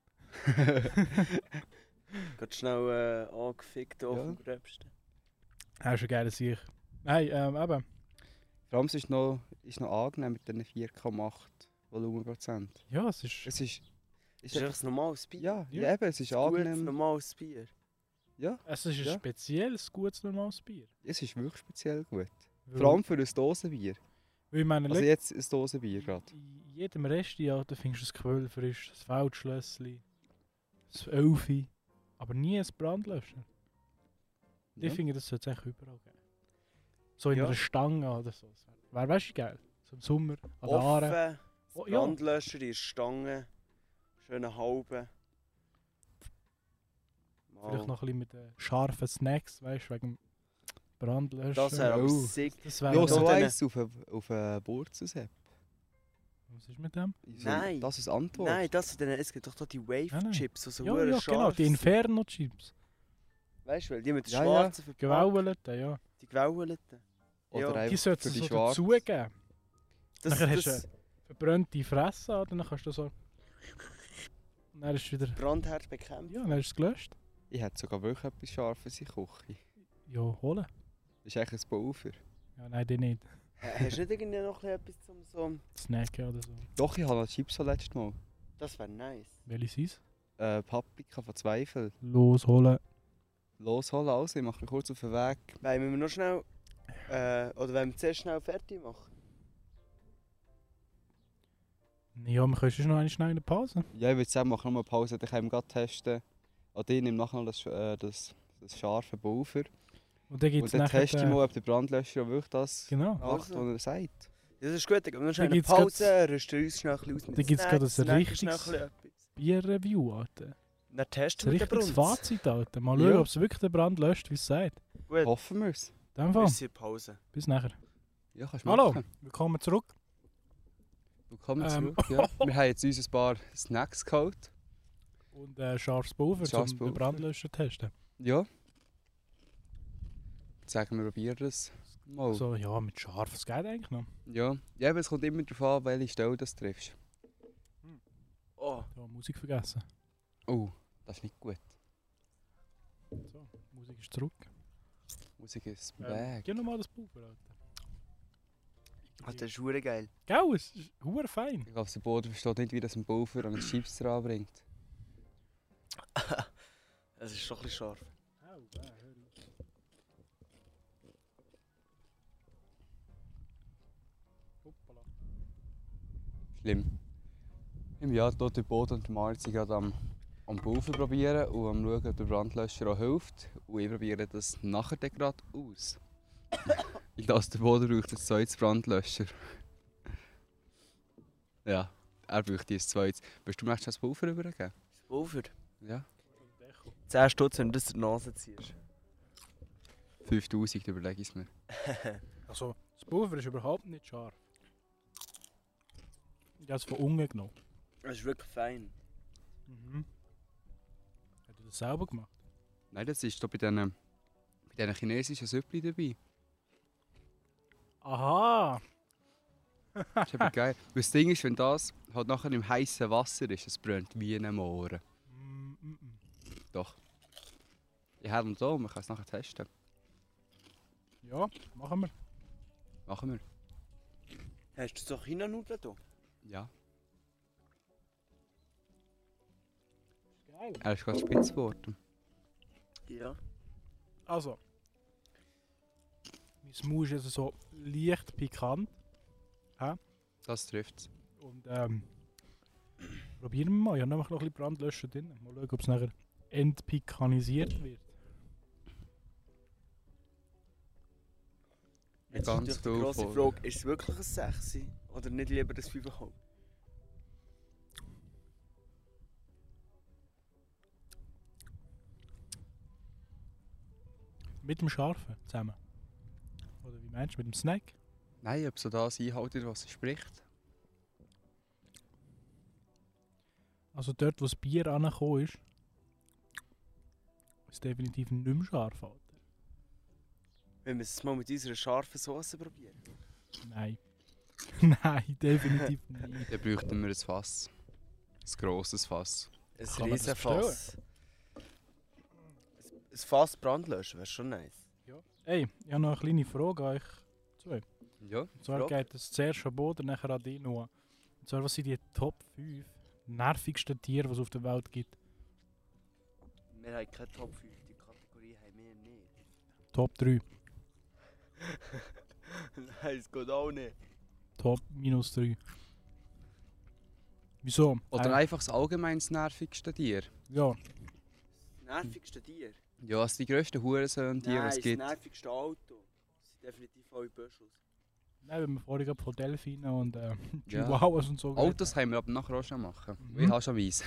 [SPEAKER 3] Geht schnell äh, angefickt auf
[SPEAKER 1] Ja.
[SPEAKER 3] dem Gröbsten.
[SPEAKER 2] Das ist ein geiler Sieg. Nein, ähm, eben.
[SPEAKER 1] Vor allem es ist noch, ist noch angenehm mit diesen 4,8 Volumenprozent.
[SPEAKER 2] Ja, es ist...
[SPEAKER 1] Es ist. ist
[SPEAKER 3] Das ist
[SPEAKER 1] einfach,
[SPEAKER 3] einfach ein normales Bier.
[SPEAKER 1] ja,
[SPEAKER 2] Ja.
[SPEAKER 1] ja, eben, es ist
[SPEAKER 3] Gutes,
[SPEAKER 1] angenehm.
[SPEAKER 3] normales Bier.
[SPEAKER 2] Es ist ein
[SPEAKER 1] Ja.
[SPEAKER 2] spezielles, gutes, normales Bier.
[SPEAKER 1] Es ist wirklich speziell gut. Vor allem für ein Dosenbier.
[SPEAKER 2] Weil ich meine,
[SPEAKER 1] Also
[SPEAKER 2] also
[SPEAKER 1] jetzt ein Dosenbier gerade.
[SPEAKER 2] in jedem Resti Alter, findest du ein Quell frisch, ein Feldschlössli, ein Elfi, aber nie ein Brandlöscher.
[SPEAKER 1] Ja.
[SPEAKER 2] Ich finde, das sollte es eigentlich überall geben. So in
[SPEAKER 3] Ja.
[SPEAKER 2] einer Stange oder so. Wäre weißt du geil? So im Sommer, an den Haaren.
[SPEAKER 3] Offen,
[SPEAKER 2] Oh, ja.
[SPEAKER 3] Brandlöscher in der Stange, schönen halben. Mal.
[SPEAKER 2] Vielleicht noch ein bisschen mit äh, scharfen Snacks, weißt du, wegen dem Brandlöschen.
[SPEAKER 3] Das wäre aber
[SPEAKER 1] Oh.
[SPEAKER 3] sick.
[SPEAKER 2] Das
[SPEAKER 1] Ja,
[SPEAKER 2] wäre
[SPEAKER 3] Ja,
[SPEAKER 1] so
[SPEAKER 3] dann-
[SPEAKER 1] eins auf einen auf eine Burzensepp.
[SPEAKER 2] Was ist mit dem?
[SPEAKER 1] So,
[SPEAKER 3] Nein.
[SPEAKER 1] Das ist Antwort.
[SPEAKER 3] Nein, das sind dann, es gibt doch da die
[SPEAKER 2] Nein, nein.
[SPEAKER 3] Wave-Chips, die so
[SPEAKER 2] Ja,
[SPEAKER 3] hure
[SPEAKER 2] ja, genau,
[SPEAKER 3] scharf
[SPEAKER 2] die
[SPEAKER 3] sind.
[SPEAKER 2] Inferno-Chips.
[SPEAKER 3] Weißt du, weil die mit der
[SPEAKER 1] Ja, ja.
[SPEAKER 3] schwarzen ja.
[SPEAKER 2] Gewauelten, äh, ja.
[SPEAKER 3] Die gewauelten. Ja.
[SPEAKER 1] Oder
[SPEAKER 2] Die
[SPEAKER 1] einfach
[SPEAKER 2] sollten
[SPEAKER 1] für
[SPEAKER 2] sie so
[SPEAKER 1] die Schwarz.
[SPEAKER 2] dazugeben.
[SPEAKER 3] Das,
[SPEAKER 2] Nachher hast
[SPEAKER 3] das,
[SPEAKER 2] du Verbrannte Fresse, oder? Dann kannst du so... Und dann ist es wieder...
[SPEAKER 3] Brandherd bekämpft.
[SPEAKER 2] Ja, dann ist es gelöscht.
[SPEAKER 1] Ich hätte sogar wirklich etwas Scharfes in der Küche.
[SPEAKER 2] Ja, holen.
[SPEAKER 1] Das ist eigentlich ein Pulver.
[SPEAKER 2] Ja, nein, die nicht.
[SPEAKER 3] Äh, Hast du nicht irgendwie noch ein bisschen etwas zum so...
[SPEAKER 2] Snacken oder so.
[SPEAKER 1] Doch, ich habe noch Chips von letztes Mal.
[SPEAKER 3] Das wäre nice.
[SPEAKER 2] Welche sind's?
[SPEAKER 1] Äh, Paprika von Zweifel.
[SPEAKER 2] Los, holen.
[SPEAKER 1] Los, hol aus, ich mache mich kurz auf den Weg.
[SPEAKER 3] Weil wir noch schnell... Äh, oder wenn wir zuerst schnell fertig machen.
[SPEAKER 2] Ja, wir können sonst noch eine schnelle Pause.
[SPEAKER 1] Ja, ich würde sagen, machen wir eine Pause, dann können wir gerade testen. An dir nimmt nachher noch das, äh, das, das scharfe Pulver.
[SPEAKER 2] Und dann gibt's
[SPEAKER 1] Und dann
[SPEAKER 2] nachher...
[SPEAKER 1] teste ich
[SPEAKER 2] den-
[SPEAKER 1] mal, ob der Brandlöscher auch wirklich das
[SPEAKER 2] Genau.
[SPEAKER 1] macht,
[SPEAKER 3] Also.
[SPEAKER 1] was er sagt.
[SPEAKER 3] Das ist gut, dann gehen wir noch schnell eine
[SPEAKER 2] gibt's grad-
[SPEAKER 3] Pause, rüsten uns schnell ein bisschen aus mit
[SPEAKER 2] Dann gibt's grad
[SPEAKER 3] Snacks,
[SPEAKER 2] ein
[SPEAKER 3] snacken
[SPEAKER 2] richtiges-
[SPEAKER 3] schnell ein bisschen etwas.
[SPEAKER 2] Bier-Review, Alter.
[SPEAKER 3] Dann
[SPEAKER 2] Das ist ein
[SPEAKER 3] testen wir den
[SPEAKER 2] richtiges
[SPEAKER 3] Brunz.
[SPEAKER 2] Fazit, Alter. Mal
[SPEAKER 1] Ja.
[SPEAKER 2] schauen, ob es wirklich den Brand löscht, wie es sagt.
[SPEAKER 3] Gut,
[SPEAKER 1] Hoffen wir es.
[SPEAKER 2] In dem Fall.
[SPEAKER 3] bis in die Pause.
[SPEAKER 2] Bis nachher.
[SPEAKER 1] Ja, kannst du
[SPEAKER 2] Hallo,
[SPEAKER 1] machen.
[SPEAKER 2] willkommen zurück.
[SPEAKER 1] Willkommen
[SPEAKER 2] Ähm.
[SPEAKER 1] zurück. Ja.
[SPEAKER 2] [laughs]
[SPEAKER 1] Wir haben jetzt uns ein paar Snacks geholt.
[SPEAKER 2] Und äh, scharfes Pulver
[SPEAKER 1] Scharfes
[SPEAKER 2] zum den
[SPEAKER 1] Pulver.
[SPEAKER 2] Brandlöscher testen.
[SPEAKER 1] Ja. Jetzt Sagen wir, probieren das mal.
[SPEAKER 2] So, ja, mit scharf, das geht eigentlich noch.
[SPEAKER 1] Ja. ja, aber es kommt immer darauf an, welche Stelle du triffst.
[SPEAKER 3] Oh,
[SPEAKER 2] Ja, Musik vergessen.
[SPEAKER 1] Oh, das ist nicht gut.
[SPEAKER 2] So, Musik ist zurück.
[SPEAKER 1] Musik ist
[SPEAKER 2] Ähm,
[SPEAKER 1] back.
[SPEAKER 2] gib nochmal das Pulver, Alter.
[SPEAKER 3] ah, das ist hure geil.
[SPEAKER 2] Gell, es ist huere fein.
[SPEAKER 1] Ich glaube, der Boden versteht nicht, wie das ein Pulver an den Chips dran bringt.
[SPEAKER 3] Es ist schon ein bisschen scharf.
[SPEAKER 2] Hoppala.
[SPEAKER 1] Schlimm. Im Jahr dort der Boden und der Marzi gerade am, am Pulver probieren und am schauen, ob der Brandlöscher auch hilft. Und ich probiere das nachher dann gerade [laughs] aus. ich lasse den Boden braucht ein zweites Brandlöscher. [laughs] ja, er braucht ein zweites. Willst du mir nächstes das Pulver übergeben?
[SPEAKER 3] Das Pulver.
[SPEAKER 1] Ja.
[SPEAKER 3] 10 Stutz, wenn du das in die Nase ziehst.
[SPEAKER 1] 5000, überlege ich es mir.
[SPEAKER 2] Also, das Pulver ist überhaupt nicht scharf. Ich habe es von unten genommen.
[SPEAKER 3] Das ist wirklich fein.
[SPEAKER 2] Mhm. Hat er das selber gemacht?
[SPEAKER 1] Nein, das ist doch bei diesen, bei diesen chinesischen Süppli dabei.
[SPEAKER 2] Aha!
[SPEAKER 1] Das ist aber geil. Weil das Ding ist, wenn das halt nachher im heißen Wasser ist, es brennt wie ein Mohren.
[SPEAKER 2] Mm, mm, mm.
[SPEAKER 1] Doch. Ich habe ihn da, man kann es nachher testen.
[SPEAKER 2] Ja, machen wir.
[SPEAKER 1] Machen wir.
[SPEAKER 3] Hast du so China-Nudeln da?
[SPEAKER 1] Ja.
[SPEAKER 2] Geil.
[SPEAKER 1] Er ist gerade spitz geworden.
[SPEAKER 3] Ja.
[SPEAKER 2] Also. Mein Mau ist also so leicht pikant.
[SPEAKER 1] Das trifft es.
[SPEAKER 2] Und ähm. Probieren wir mal. Ich habe nämlich noch ein bisschen Brandlöscher drin. Mal schauen, ob es nachher entpikanisiert wird.
[SPEAKER 3] Jetzt
[SPEAKER 1] Ganz
[SPEAKER 3] ist natürlich die
[SPEAKER 1] viel
[SPEAKER 3] grosse
[SPEAKER 1] Folge.
[SPEAKER 3] Frage, ist es wirklich ein 6 oder nicht lieber ein 5,5?
[SPEAKER 2] Mit dem Scharfen zusammen. Oder wie meinst du, mit dem Snack?
[SPEAKER 1] Nein, ob so das einhaltet, was er spricht.
[SPEAKER 2] Also dort, wo das Bier angekommen ist, ist definitiv nicht mehr scharf. Alter.
[SPEAKER 3] Wenn wir es mal mit unserer scharfen Soße probieren.
[SPEAKER 2] Nein. [laughs] Nein, definitiv nicht.
[SPEAKER 1] Dann bräuchten wir ein Fass. Ein grosses Fass.
[SPEAKER 3] Ein
[SPEAKER 2] Kann man das
[SPEAKER 3] Riesenfass. Ein- Ein Fass Brandlöschen wäre schon nice.
[SPEAKER 2] Hey, ich habe noch eine kleine Frage an euch zwei.
[SPEAKER 1] Ja.
[SPEAKER 2] Und zwar
[SPEAKER 3] Frage.
[SPEAKER 2] geht es zuerst an Boden, nachher an dich Noah. Und zwar, was sind die Top 5 nervigsten Tiere, die es auf der Welt gibt?
[SPEAKER 3] Wir haben keine Top 5, die Kategorie haben wir nicht.
[SPEAKER 2] Top 3,
[SPEAKER 3] [laughs] Nein, es geht auch nicht.
[SPEAKER 2] Top minus 3. Wieso?
[SPEAKER 1] Oder
[SPEAKER 2] äh,
[SPEAKER 1] einfach das allgemein nervigste Tier.
[SPEAKER 2] Ja,
[SPEAKER 3] Das nervigste Tier?
[SPEAKER 1] Ja, also die grössten Hurensöhne, die
[SPEAKER 3] Nein,
[SPEAKER 1] es
[SPEAKER 3] das
[SPEAKER 1] gibt.
[SPEAKER 3] nervigste Auto. Das sind definitiv alle Böschels.
[SPEAKER 2] Nein, wir haben vorhin gerade von Delfinen und äh,
[SPEAKER 1] Ja.
[SPEAKER 2] Chihuahuas und so geredet.
[SPEAKER 1] Autos haben wir aber nachher auch schon machen.
[SPEAKER 2] Mhm.
[SPEAKER 1] Wir haben schon Weiss.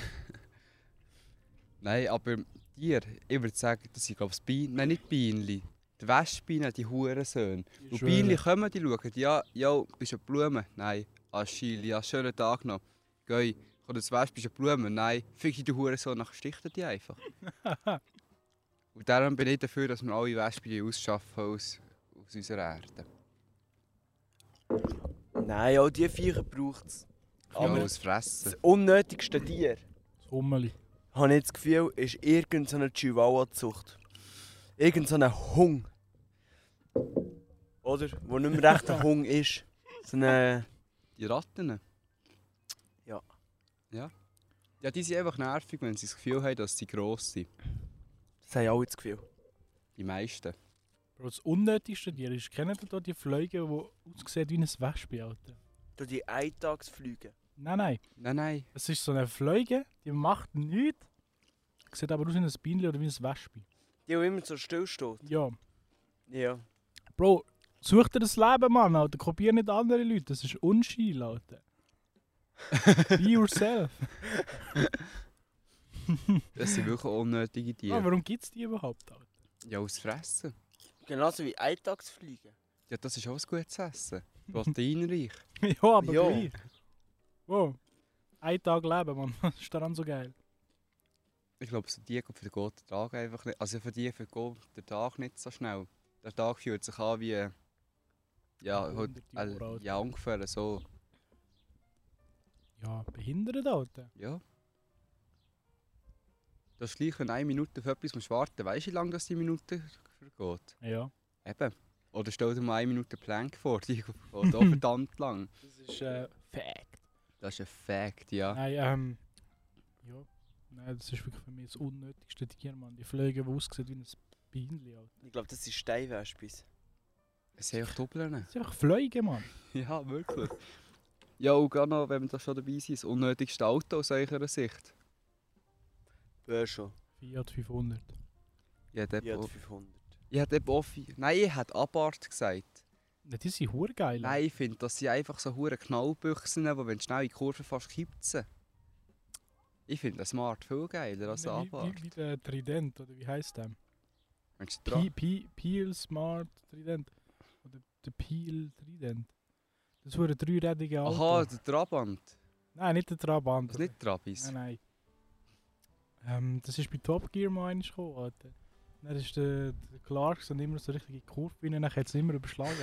[SPEAKER 1] [laughs] Nein, aber Tier, ich würde sagen, das sind glaube ich Bienen. Nein, nicht Bienen. Die Wespen, die Hurensöhne. Und
[SPEAKER 2] schwöre.
[SPEAKER 1] Bienen kommen, die schauen, ja, ja, bist du eine Blume? Nein. Ah, Schili, ja, schönen Tag noch. Geh, kommt das Wespe, bist du eine Blume? Nein. Fick ich die Hurensohn, nachher sticht er die einfach. Und darum bin ich dafür, dass wir alle Wespen ausschaffen aus, aus unserer Erde.
[SPEAKER 3] Nein, auch diese Viecher braucht es.
[SPEAKER 1] Aber
[SPEAKER 3] Aber-
[SPEAKER 1] aus Fressen.
[SPEAKER 3] Das unnötigste Tier,
[SPEAKER 2] Das Hummeli.
[SPEAKER 3] habe ich das Gefühl, ist irgendeine Chihuahua-Zucht. Irgendeine Hung. Oder? Wo nicht mehr recht ein Hung ist. So eine...
[SPEAKER 1] Die Ratten?
[SPEAKER 3] Ja.
[SPEAKER 1] Ja? Ja, die sind einfach nervig, wenn sie das Gefühl haben, dass sie gross sind.
[SPEAKER 3] Das habe ich auch das Gefühl.
[SPEAKER 1] Die meisten.
[SPEAKER 2] Bro, das unnötigste Tier ist, kennt ihr da die Fliege, die aussieht wie ein Wespe, Alter?
[SPEAKER 3] Durch die Eintagsflüge.
[SPEAKER 2] Nein, nein.
[SPEAKER 1] Nein, nein.
[SPEAKER 2] Es ist so eine Fliege, die macht nichts. Sieht aber aus wie ein Bienchen oder wie ein Wespe.
[SPEAKER 3] Die, die immer so still steht.
[SPEAKER 2] Ja.
[SPEAKER 3] Ja.
[SPEAKER 2] Bro, such dir das Leben, Mann, Alter. Kopier nicht andere Leute. Das ist unscheinlich,
[SPEAKER 1] [laughs]
[SPEAKER 2] Alter. Be yourself.
[SPEAKER 1] Das sind wirklich unnötige
[SPEAKER 2] Ah,
[SPEAKER 1] Tiere.
[SPEAKER 2] warum gibt es die überhaupt, Alter?
[SPEAKER 1] Ja, aus Fressen.
[SPEAKER 3] Genauso wie Eintagsfliegen.
[SPEAKER 1] Ja, das ist auch ein gutes Essen. Proteinreich.
[SPEAKER 2] [laughs] ja, aber
[SPEAKER 3] Ja.
[SPEAKER 2] gleich. Wow. Ein Tag leben, Mann. [laughs] Das ist daran so geil.
[SPEAKER 1] Ich glaube, so die geht für den guten Tag einfach nicht. Also für die vergeht der Tag nicht so schnell. Der Tag fühlt sich an wie. äh, Ja, halt,
[SPEAKER 2] Hunderte Jahre
[SPEAKER 1] äh,
[SPEAKER 2] alt.
[SPEAKER 1] ja ungefähr so.
[SPEAKER 2] Ja, behindert, Alter.
[SPEAKER 1] Ja. Das ist gleich, wenn eine Minute auf etwas musst warten Weißt du, wie lange das die Minute vergeht?
[SPEAKER 2] Ja.
[SPEAKER 1] Eben. Oder stell dir mal eine Minute Plank vor, die geht auch
[SPEAKER 2] [laughs]
[SPEAKER 1] verdammt lang.
[SPEAKER 2] Das ist äh, Fact.
[SPEAKER 1] Das ist ein Fact, ja.
[SPEAKER 2] Nein, ähm. Ja. Nein, das ist wirklich für mich das unnötigste Tier, Mann. Die Fliege, die aussieht wie ein Bienchen, Alter.
[SPEAKER 3] Ich glaube, das ist Steinwespis.
[SPEAKER 1] Es sind auch Doppeln.
[SPEAKER 2] Das ist einfach Fliege, Mann.
[SPEAKER 1] [laughs] Ja, wirklich. Ja, und gerade noch, wenn wir da schon dabei sind, das unnötigste Auto aus eurer Sicht.
[SPEAKER 3] Böschel.
[SPEAKER 2] Fiat 500.
[SPEAKER 1] Ich hätte
[SPEAKER 3] Ja,
[SPEAKER 1] eben-
[SPEAKER 3] 500.
[SPEAKER 1] ich hätte eben Offi. Nein, ich hätte Abart gesagt.
[SPEAKER 2] Ja, die sind hure geil.
[SPEAKER 1] Nein, ich finde, das sind einfach so hure Knallbüchsen, die, wenn du schnell in die Kurve fast kippst. Ich finde den Smart viel geiler als den
[SPEAKER 2] wie, wie,
[SPEAKER 1] Abart.
[SPEAKER 2] wie der Trident, oder wie heißt der?
[SPEAKER 1] Meinst
[SPEAKER 2] Pi-
[SPEAKER 1] du dran?
[SPEAKER 2] Pi- Peel Smart Trident. Oder der Peel Trident. Das war ein dreirädiger Auto.
[SPEAKER 1] Aha, der Trabant.
[SPEAKER 2] Nein, nicht der Trabant.
[SPEAKER 1] Das ist nicht Trabis.
[SPEAKER 2] Nein, nein. Ähm, das ist bei Top Gear mal einmal gekommen, Alter. Dann ist der, der Clarks und immer so richtige Kurve rein, dann hat es immer
[SPEAKER 1] [laughs]
[SPEAKER 2] überschlagen.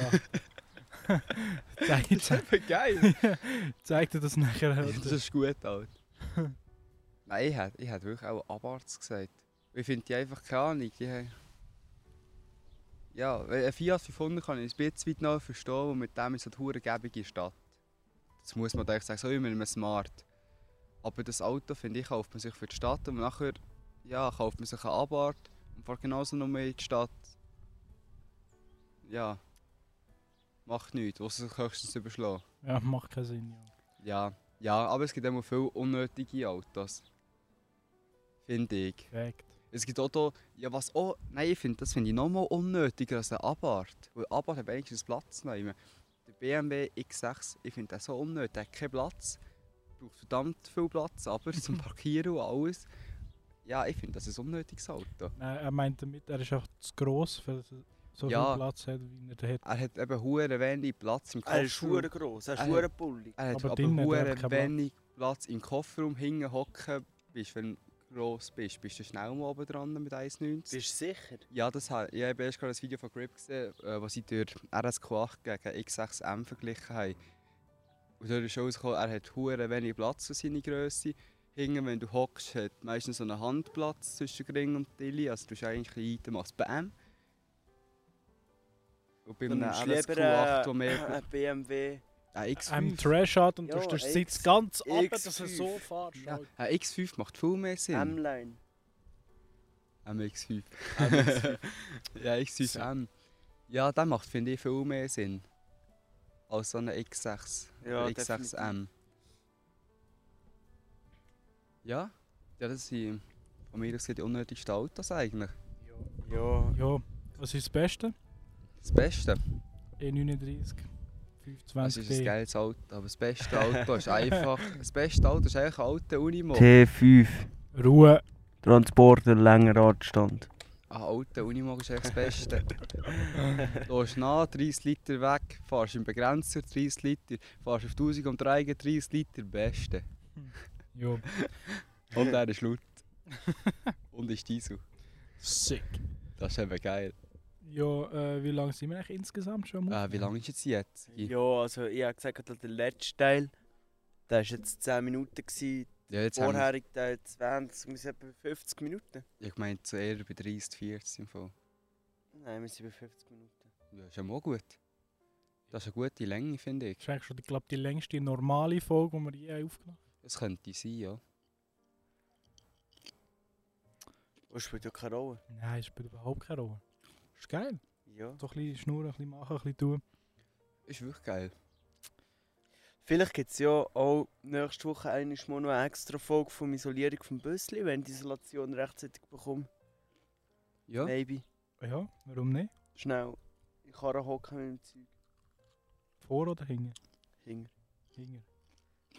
[SPEAKER 2] zeigt, zeigt,
[SPEAKER 1] eben geil.
[SPEAKER 2] zeigt er das nachher,
[SPEAKER 1] Ja, das
[SPEAKER 2] Alter.
[SPEAKER 1] ist gut, Alter. [laughs] Nein, ich hätte ich hätte wirklich auch Abarts gesagt. Ich finde die einfach keine Ahnung. Die haben... Ja, weil ein Fiat 500 kann ich ein bisschen weit noch verstehen, und mit dem ist so eine gebige Stadt. Das muss man eigentlich sagen, so wie mit einem Smart. Aber das Auto, finde ich, kauft man sich für die Stadt und nachher ja, kauft man sich eine Abart und fährt genauso noch mehr in die Stadt. Ja. Macht nichts, außer sich höchstens überschlagen.
[SPEAKER 2] Ja, macht keinen Sinn, ja.
[SPEAKER 1] Ja, ja, aber es gibt immer viele unnötige Autos. Finde ich.
[SPEAKER 2] Perfekt.
[SPEAKER 1] Es gibt Autos, ja was auch, nein, ich finde, das finde ich nochmal unnötiger als eine Abart. Weil Abart hat wenigstens Platz nehmen. Der BMW X6, ich finde den so unnötig, der hat keinen Platz. Braucht verdammt viel Platz, aber
[SPEAKER 3] [laughs]
[SPEAKER 1] zum Parkieren und alles. Ja, ich finde, das ist ein unnötiges Auto.
[SPEAKER 2] Nein, er meint damit, er ist einfach zu gross, für so- so
[SPEAKER 1] Ja.
[SPEAKER 2] viel Platz hat, wie er da hat.
[SPEAKER 1] Er hat eben hure wenig Platz im Kofferraum.
[SPEAKER 3] Er ist hure gross, er ist
[SPEAKER 1] Ah,
[SPEAKER 3] hure bullig.
[SPEAKER 1] Er hat
[SPEAKER 2] Aber
[SPEAKER 1] aber,
[SPEAKER 2] drinnen hat er
[SPEAKER 1] hure
[SPEAKER 2] einfach keinen Platz.
[SPEAKER 1] wenig Platz im Kofferraum hinten hocken. Bist, wenn du gross bist, bist du schnell mal oben dran mit 1,90.
[SPEAKER 3] Bist du sicher?
[SPEAKER 1] Ja, das ha ich habe erst gerade ein Video von Grip gesehen, äh, was sie durch RSQ8 gegen X6M verglichen haben. Und dort ist rausgekommen, er hat hure wenig Platz für seine Größe. Hinten, wenn du hockst, hat meistens so einen Handplatz zwischen Ring und Tilly. Also du bist eigentlich ein bisschen machst Bam. Und bei
[SPEAKER 3] Dann
[SPEAKER 1] einem
[SPEAKER 3] nimmst du lieber,
[SPEAKER 1] RSQ8,
[SPEAKER 3] äh,
[SPEAKER 1] wo
[SPEAKER 3] [clears throat]
[SPEAKER 1] mehr... Ah,
[SPEAKER 3] Ein BMW.
[SPEAKER 1] Ein
[SPEAKER 2] Einem
[SPEAKER 1] X5.
[SPEAKER 2] Ähm, Trash hat und
[SPEAKER 3] Ja,
[SPEAKER 2] du hast den
[SPEAKER 3] X-
[SPEAKER 2] Sitz ganz ab,
[SPEAKER 3] X5.
[SPEAKER 2] dass er so fährt.
[SPEAKER 1] Ja, ein X5 macht viel mehr Sinn.
[SPEAKER 3] M-Line.
[SPEAKER 1] MX5. [laughs] ja, X5M. Ja, der macht, finde ich, viel mehr Sinn. Als so eine X6.
[SPEAKER 3] Ja,
[SPEAKER 1] oder X6M. Ja? Ja, das sind von mir aus gesehen die unnötigsten Autos eigentlich.
[SPEAKER 3] Ja.
[SPEAKER 2] Ja, was ist das Beste?
[SPEAKER 1] Das Beste.
[SPEAKER 2] E39.
[SPEAKER 1] Das
[SPEAKER 2] 520
[SPEAKER 1] ist ein
[SPEAKER 2] D.
[SPEAKER 1] geiles Auto, aber das beste Auto ist einfach. Das beste Auto ist eigentlich ein alter Unimo.
[SPEAKER 3] T5,
[SPEAKER 2] Ruhe.
[SPEAKER 3] Transporter, längerer Radstand.
[SPEAKER 1] Ein alter Unimog ist eigentlich das Beste. du gehst nach, 30 Liter weg, fährst im Begrenzer 30 Liter, fährst auf 1000 um 30 Liter, Beste.
[SPEAKER 2] Jo.
[SPEAKER 1] Und er ist laut. Und ist Diesel.
[SPEAKER 2] Sick.
[SPEAKER 1] Das ist eben geil.
[SPEAKER 2] Jo, äh, wie lange sind wir eigentlich insgesamt schon? am
[SPEAKER 1] Äh, wie lange ist jetzt die jetzige?
[SPEAKER 3] Ja, also ich habe gesagt, gerade der letzte Teil, der war jetzt 10 Minuten, gewesen,
[SPEAKER 1] Ja, jetzt
[SPEAKER 3] der
[SPEAKER 1] haben wir,
[SPEAKER 3] vorherige Teil 20, wir sind etwa bei 50 Minuten.
[SPEAKER 1] ich meine, so eher bei 30, 40 im Fall.
[SPEAKER 3] Nein, wir sind bei 50 Minuten.
[SPEAKER 1] Das ist ja mal gut. Das ist eine gute Länge, finde
[SPEAKER 2] Das
[SPEAKER 1] ich.
[SPEAKER 2] ist eigentlich schon, ich glaube, die längste normale Folge, die wir je aufgenommen
[SPEAKER 1] Das könnte sein, ja.
[SPEAKER 3] Und es Oh, spielt ja keine Rolle.
[SPEAKER 2] haben. Nein, es spielt überhaupt keine Rolle. Ist geil.
[SPEAKER 3] Ja.
[SPEAKER 2] So ein bisschen schnurren, ein bisschen machen, ein bisschen tun.
[SPEAKER 1] Ist wirklich geil.
[SPEAKER 3] Vielleicht gibt es ja auch nächste Woche einmal mal noch eine extra Folge vom Isolierung vom Büssli, wenn die Isolation rechtzeitig bekommt.
[SPEAKER 1] Ja.
[SPEAKER 3] Maybe.
[SPEAKER 2] Ja, warum nicht?
[SPEAKER 3] Schnell. Ich kann hocken mit dem Zeug.
[SPEAKER 2] Vor oder hinten?
[SPEAKER 3] Hinger.
[SPEAKER 2] Hinten.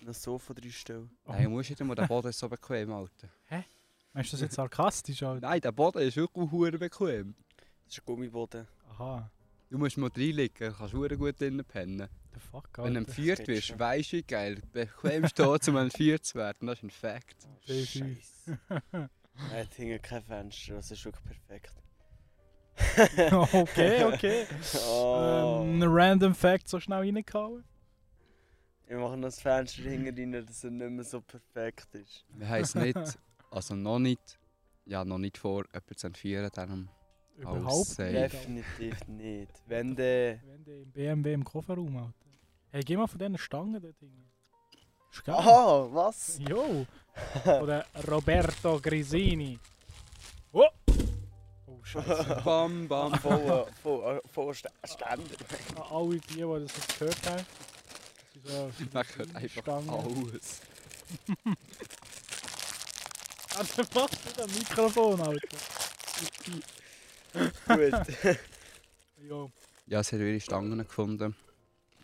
[SPEAKER 3] Das Sofa drei Stellen.
[SPEAKER 2] Oh,
[SPEAKER 1] Nein, musst du nicht mal, der Boden ist so bequem, Alter.
[SPEAKER 2] Meinst du das jetzt sarkastisch? Alter?
[SPEAKER 1] Nein, der Boden ist wirklich verdammt bequem.
[SPEAKER 3] Das ist ein Gummiboden.
[SPEAKER 2] Aha.
[SPEAKER 1] Du musst mal reinlegen, kannst verdammt gut drinnen pennen.
[SPEAKER 2] The fuck,
[SPEAKER 1] Wenn du
[SPEAKER 2] Alter.
[SPEAKER 1] entführt
[SPEAKER 3] geht
[SPEAKER 1] wirst,
[SPEAKER 3] schon.
[SPEAKER 1] weisst du, wie geil, bequem steht, um entführt zu werden. Das ist
[SPEAKER 2] [laughs]
[SPEAKER 1] ein Fakt.
[SPEAKER 2] Sehr schön.
[SPEAKER 3] Scheiße. Er hat hinten kein Fenster, das ist wirklich perfekt.
[SPEAKER 2] [laughs]
[SPEAKER 3] [laughs]
[SPEAKER 2] okay, okay.
[SPEAKER 3] Oh.
[SPEAKER 2] Ähm, random Fact so schnell reingehauen.
[SPEAKER 3] Wir machen noch das Fenster hinten rein, dass er nicht mehr so perfekt ist.
[SPEAKER 1] Wir haben es nicht, also noch nicht, ja, noch nicht vor, jemanden zu entführen. Darum.
[SPEAKER 2] Überhaupt
[SPEAKER 1] safe.
[SPEAKER 2] nicht. Alter.
[SPEAKER 3] Definitiv nicht. Wenn der.
[SPEAKER 2] Wenn der im BMW im Kofferraum Alter. Hey, geh mal von diesen Stangen dort hinten. Ist geil.
[SPEAKER 3] Aha, Ah, was?
[SPEAKER 2] Jo! Oder Roberto Grisini. Oh! Oh, Scheiße.
[SPEAKER 1] Bam,
[SPEAKER 2] [laughs]
[SPEAKER 1] bam.
[SPEAKER 3] Voll, voll, äh, voll Stä- Ständer. [laughs]
[SPEAKER 2] An alle die, die das jetzt gehört haben. das ist
[SPEAKER 1] [laughs]
[SPEAKER 2] so
[SPEAKER 1] Man hört einfach
[SPEAKER 2] Stangen. [laughs]
[SPEAKER 1] alles.
[SPEAKER 2] Alter, Also, was mit dem Mikrofon, Alter?
[SPEAKER 3] Gut.
[SPEAKER 2] Jo,
[SPEAKER 1] Ja, sie hat ihre Stangen gefunden.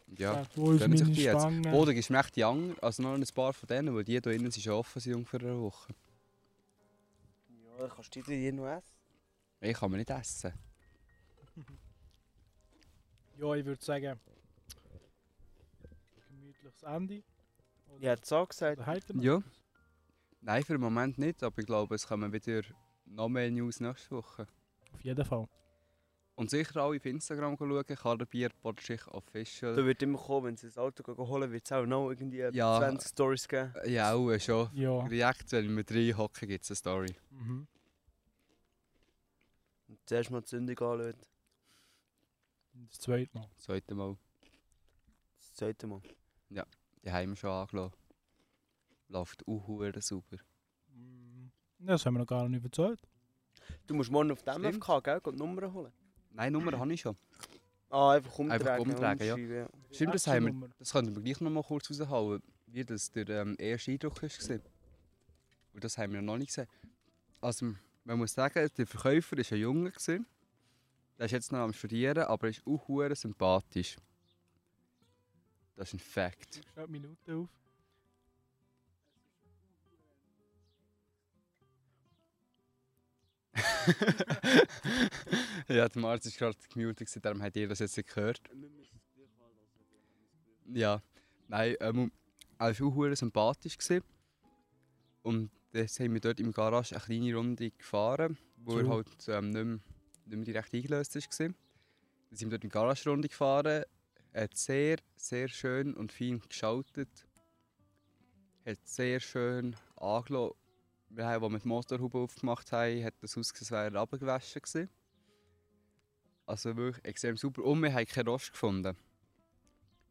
[SPEAKER 1] Und Ja,
[SPEAKER 2] ja, wo ist
[SPEAKER 1] gönnen sich
[SPEAKER 2] meine
[SPEAKER 1] die jetzt.
[SPEAKER 2] Stange?
[SPEAKER 1] Boden ist echt die andere, also noch ein paar von denen, weil die hier innen sind schon offen seit ungefähr einer Woche.
[SPEAKER 3] ja, dann kannst du die hier noch essen?
[SPEAKER 1] Ich kann mir nicht essen.
[SPEAKER 2] Ja, ich würde sagen. Gemütliches Ende.
[SPEAKER 3] Ich hätte es auch gesagt.
[SPEAKER 2] Oder halten wir?
[SPEAKER 1] Ja. Nein, für den Moment nicht, aber ich glaube, es kommen wieder noch mehr News nächste Woche.
[SPEAKER 2] Auf jeden Fall.
[SPEAKER 1] Und sicher alle auf Instagram schauen, Karabierbotschich
[SPEAKER 3] Da
[SPEAKER 1] Official.
[SPEAKER 3] wird immer kommen, wenn sie das Auto gehen holen, wird es auch noch irgendwie
[SPEAKER 1] Ja.
[SPEAKER 3] 20 Stories geben.
[SPEAKER 1] Ja, auch schon.
[SPEAKER 2] Ja.
[SPEAKER 1] React, wenn wir drei hocken, gibt es eine Story.
[SPEAKER 2] Mhm.
[SPEAKER 3] Und zuerst mal die Zündung anlöten.
[SPEAKER 2] Das zweite Mal.
[SPEAKER 1] Das zweite Mal.
[SPEAKER 3] Das zweite Mal.
[SPEAKER 1] Die haben wir schon angelassen. Läuft auch verdammt sauber.
[SPEAKER 2] Mhm. Das haben wir noch gar nicht erzählt.
[SPEAKER 3] Du musst morgen auf dem
[SPEAKER 1] Stimmt.
[SPEAKER 3] FK, gell? Geh die Nummer holen.
[SPEAKER 1] Nein, Nummer habe ich schon.
[SPEAKER 3] Ah, einfach umtragen.
[SPEAKER 1] umtragen, ja.
[SPEAKER 3] umschreiben,
[SPEAKER 1] Stimmt, das haben wir.
[SPEAKER 2] Nummer.
[SPEAKER 1] Das könnten wir gleich noch mal kurz raushauen, wie das der ähm, erste Eindruck war. Und das haben wir noch nicht gesehen. Also, man muss sagen, der Verkäufer war ein Junge. gewesen. Der ist jetzt noch am Studieren, aber er ist auch verdammt sympathisch. Das ist ein Fakt.
[SPEAKER 2] Schreib Minuten auf.
[SPEAKER 1] [laughs] ja, der Mars ist gerade gemutet, gewesen, darum hat ihr das jetzt nicht gehört. Ja, nein, ähm, er war auch verdammt sympathisch. Gewesen. Und das haben wir dort im Garage eine kleine Runde gefahren, wo er
[SPEAKER 2] Cool.
[SPEAKER 1] halt ähm, nicht, mehr, nicht mehr direkt eingelöst war. Dann sind wir dort in die Garage-Runde gefahren. Er hat sehr, sehr schön und fein geschaltet. Hat sehr schön angelassen. Wir haben, als wir die Motorhaube aufgemacht haben, hat das ausgesehen, als wäre er runtergewaschen gewesen. Also wirklich extrem super. Und wir haben keinen Rost gefunden.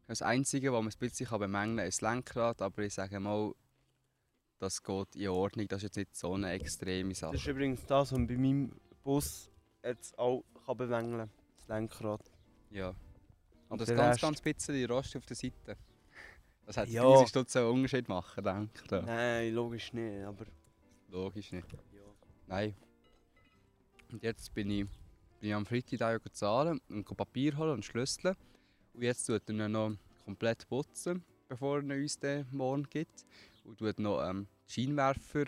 [SPEAKER 1] Das Einzige, was man ein bisschen kann bemängeln kann, ist das Lenkrad. Aber ich sage mal, das geht in Ordnung. Das ist jetzt nicht so eine extreme
[SPEAKER 3] Das ist
[SPEAKER 1] Sache.
[SPEAKER 3] übrigens das, was man bei meinem Bus jetzt auch kann bemängeln kann. Das Lenkrad.
[SPEAKER 1] Ja. Und
[SPEAKER 3] Und
[SPEAKER 1] das
[SPEAKER 3] der
[SPEAKER 1] ganz,
[SPEAKER 3] Rest?
[SPEAKER 1] ganz bisschen Rost auf der Seite. Das hat
[SPEAKER 3] Ja.
[SPEAKER 1] ja. 30 Stutz einen Unterschied machen, denke ich. Ja.
[SPEAKER 3] Nein, logisch nicht, aber
[SPEAKER 1] Logisch nicht.
[SPEAKER 3] ja.
[SPEAKER 1] Nein. Und jetzt bin ich bin ich am Freitag da ja zahlen und gehe Papier holen und Schlüssel. Und jetzt tut er ihn noch komplett putzen, bevor er ihn uns den morgen gibt. Und tut noch ähm, die Scheinwerfer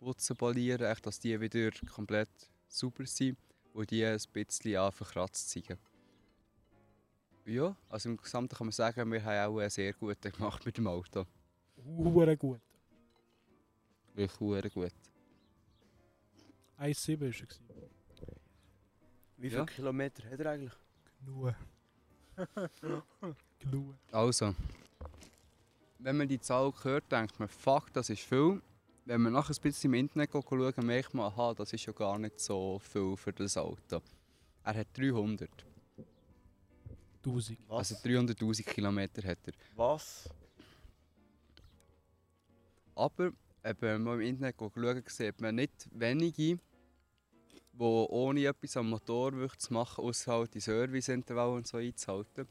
[SPEAKER 1] putzen, polieren, echt, dass die wieder komplett super sind und die ein bisschen an verkratzt sind. Ja, also im Gesamten kann man sagen, wir haben auch einen sehr guten gemacht mit dem Auto.
[SPEAKER 2] Hure gut.
[SPEAKER 1] Wirklich verdammt gut.
[SPEAKER 2] 1,7 war er. gewesen.
[SPEAKER 3] Wie
[SPEAKER 1] Ja.
[SPEAKER 3] viele Kilometer hat er eigentlich?
[SPEAKER 2] Genug.
[SPEAKER 1] [laughs]
[SPEAKER 2] Genug.
[SPEAKER 1] Also, wenn man die Zahl hört, denkt man, fuck, das ist viel. Wenn man nachher ein bisschen im Internet schaut, merkt man, aha, das ist ja gar nicht so viel für das Auto. Er hat 300.
[SPEAKER 2] 1000.
[SPEAKER 3] Was?
[SPEAKER 1] Also 300.000 Kilometer hat er.
[SPEAKER 3] Was?
[SPEAKER 1] Aber eben, wenn man im Internet schaut, sieht man nicht wenige, die ohne etwas am Motor wirklich zu machen, außer halt die Serviceintervalle und so einzuhalten,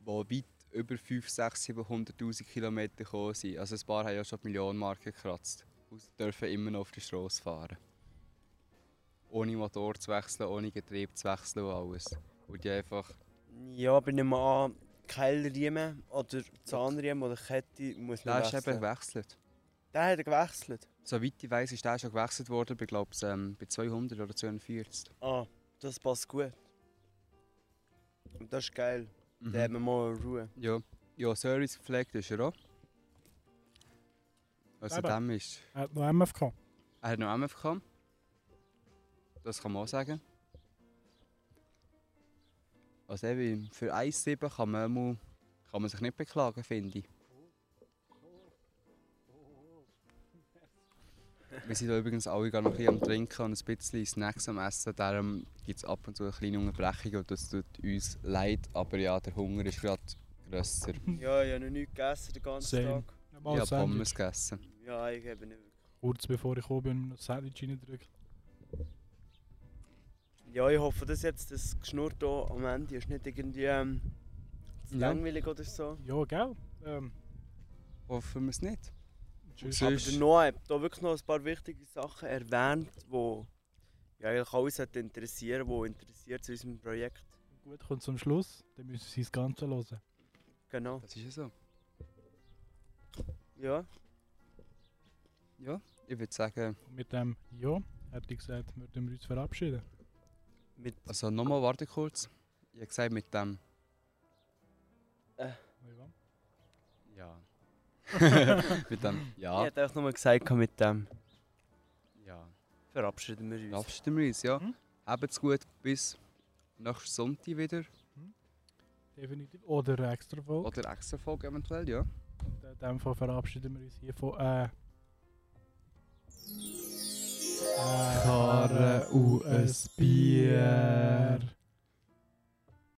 [SPEAKER 1] die weit über 5, 6, 700.000 Kilometer gekommen sind. Also ein paar haben ja schon die Millionenmarke gekratzt und dürfen immer noch auf der Straße fahren. Ohne Motor zu wechseln, ohne Getriebe zu wechseln und alles. Und die einfach
[SPEAKER 3] Ja, aber nimm mal an, Keilriemen oder Zahnriemen oder Kette muss
[SPEAKER 1] Der
[SPEAKER 3] man
[SPEAKER 1] ist eben
[SPEAKER 3] wechseln.
[SPEAKER 1] gewechselt.
[SPEAKER 3] Der hat er gewechselt.
[SPEAKER 1] Soweit ich weiß, ist der schon gewechselt worden, bei, glaub, ähm, bei 200 oder 240.
[SPEAKER 3] Ah, das passt gut. Und das ist geil.
[SPEAKER 1] Mhm.
[SPEAKER 3] Da haben wir mal Ruhe.
[SPEAKER 1] Ja, ja Service gepflegt ist er auch. Also
[SPEAKER 2] Eben.
[SPEAKER 1] dem ist...
[SPEAKER 2] Er hat noch MFK.
[SPEAKER 1] Er hat noch MFK. Das kann man auch sagen. Also eben, für 1,7 kann man, mal, kann man sich nicht beklagen, finde ich. Wir sind da übrigens alle gerade noch ein bisschen am Trinken und ein bisschen Snacks am Essen. Darum gibt es ab und zu eine kleine Unterbrechung und das tut uns leid. Aber ja, der Hunger ist gerade grösser.
[SPEAKER 3] Ja, ich habe noch nichts gegessen den ganzen
[SPEAKER 2] Same.
[SPEAKER 3] Tag.
[SPEAKER 1] Ich
[SPEAKER 2] Mal
[SPEAKER 1] habe Pommes gegessen.
[SPEAKER 3] Ja, ich habe nicht wirklich.
[SPEAKER 2] Kurz bevor ich oben bin, habe ich noch das Sandwich reingedrückt.
[SPEAKER 3] Ja, ich hoffe, dass jetzt das Geschnurr hier am Ende ist nicht irgendwie ähm, zu
[SPEAKER 1] Ja.
[SPEAKER 3] langweilig oder so.
[SPEAKER 2] Ja, gell? Ähm,
[SPEAKER 1] Hoffen wir es nicht.
[SPEAKER 2] tschüss.
[SPEAKER 1] Und
[SPEAKER 3] Aber der Noah hat da wirklich noch ein paar wichtige Sachen erwähnt, die ja, eigentlich alles hat interessieren, die interessiert zu unserem Projekt.
[SPEAKER 2] Gut, kommt zum Schluss. Dann müssen sie das Ganze hören.
[SPEAKER 3] Genau.
[SPEAKER 1] Das ist ja so.
[SPEAKER 3] Ja.
[SPEAKER 1] Ich würde sagen,
[SPEAKER 2] Und mit dem Ja, hätte ich gesagt, würden wir uns verabschieden.
[SPEAKER 3] Mit
[SPEAKER 1] also nochmal warte kurz. Ich habe gesagt mit dem. Ja. [laughs] mit dem.
[SPEAKER 3] Ich
[SPEAKER 1] Ja.
[SPEAKER 3] hätte auch nochmal gesagt, mit dem
[SPEAKER 1] Ja.
[SPEAKER 3] verabschieden wir uns.
[SPEAKER 1] Verabschieden wir uns, ja.
[SPEAKER 2] Mhm.
[SPEAKER 1] Habt's gut, bis nächsten Sonntag wieder.
[SPEAKER 2] Definitiv. Oder eine extra Folge.
[SPEAKER 1] Oder extra Folge eventuell, ja.
[SPEAKER 2] Und in dem Fall verabschieden wir uns hier von äh, Karre und ein Bier.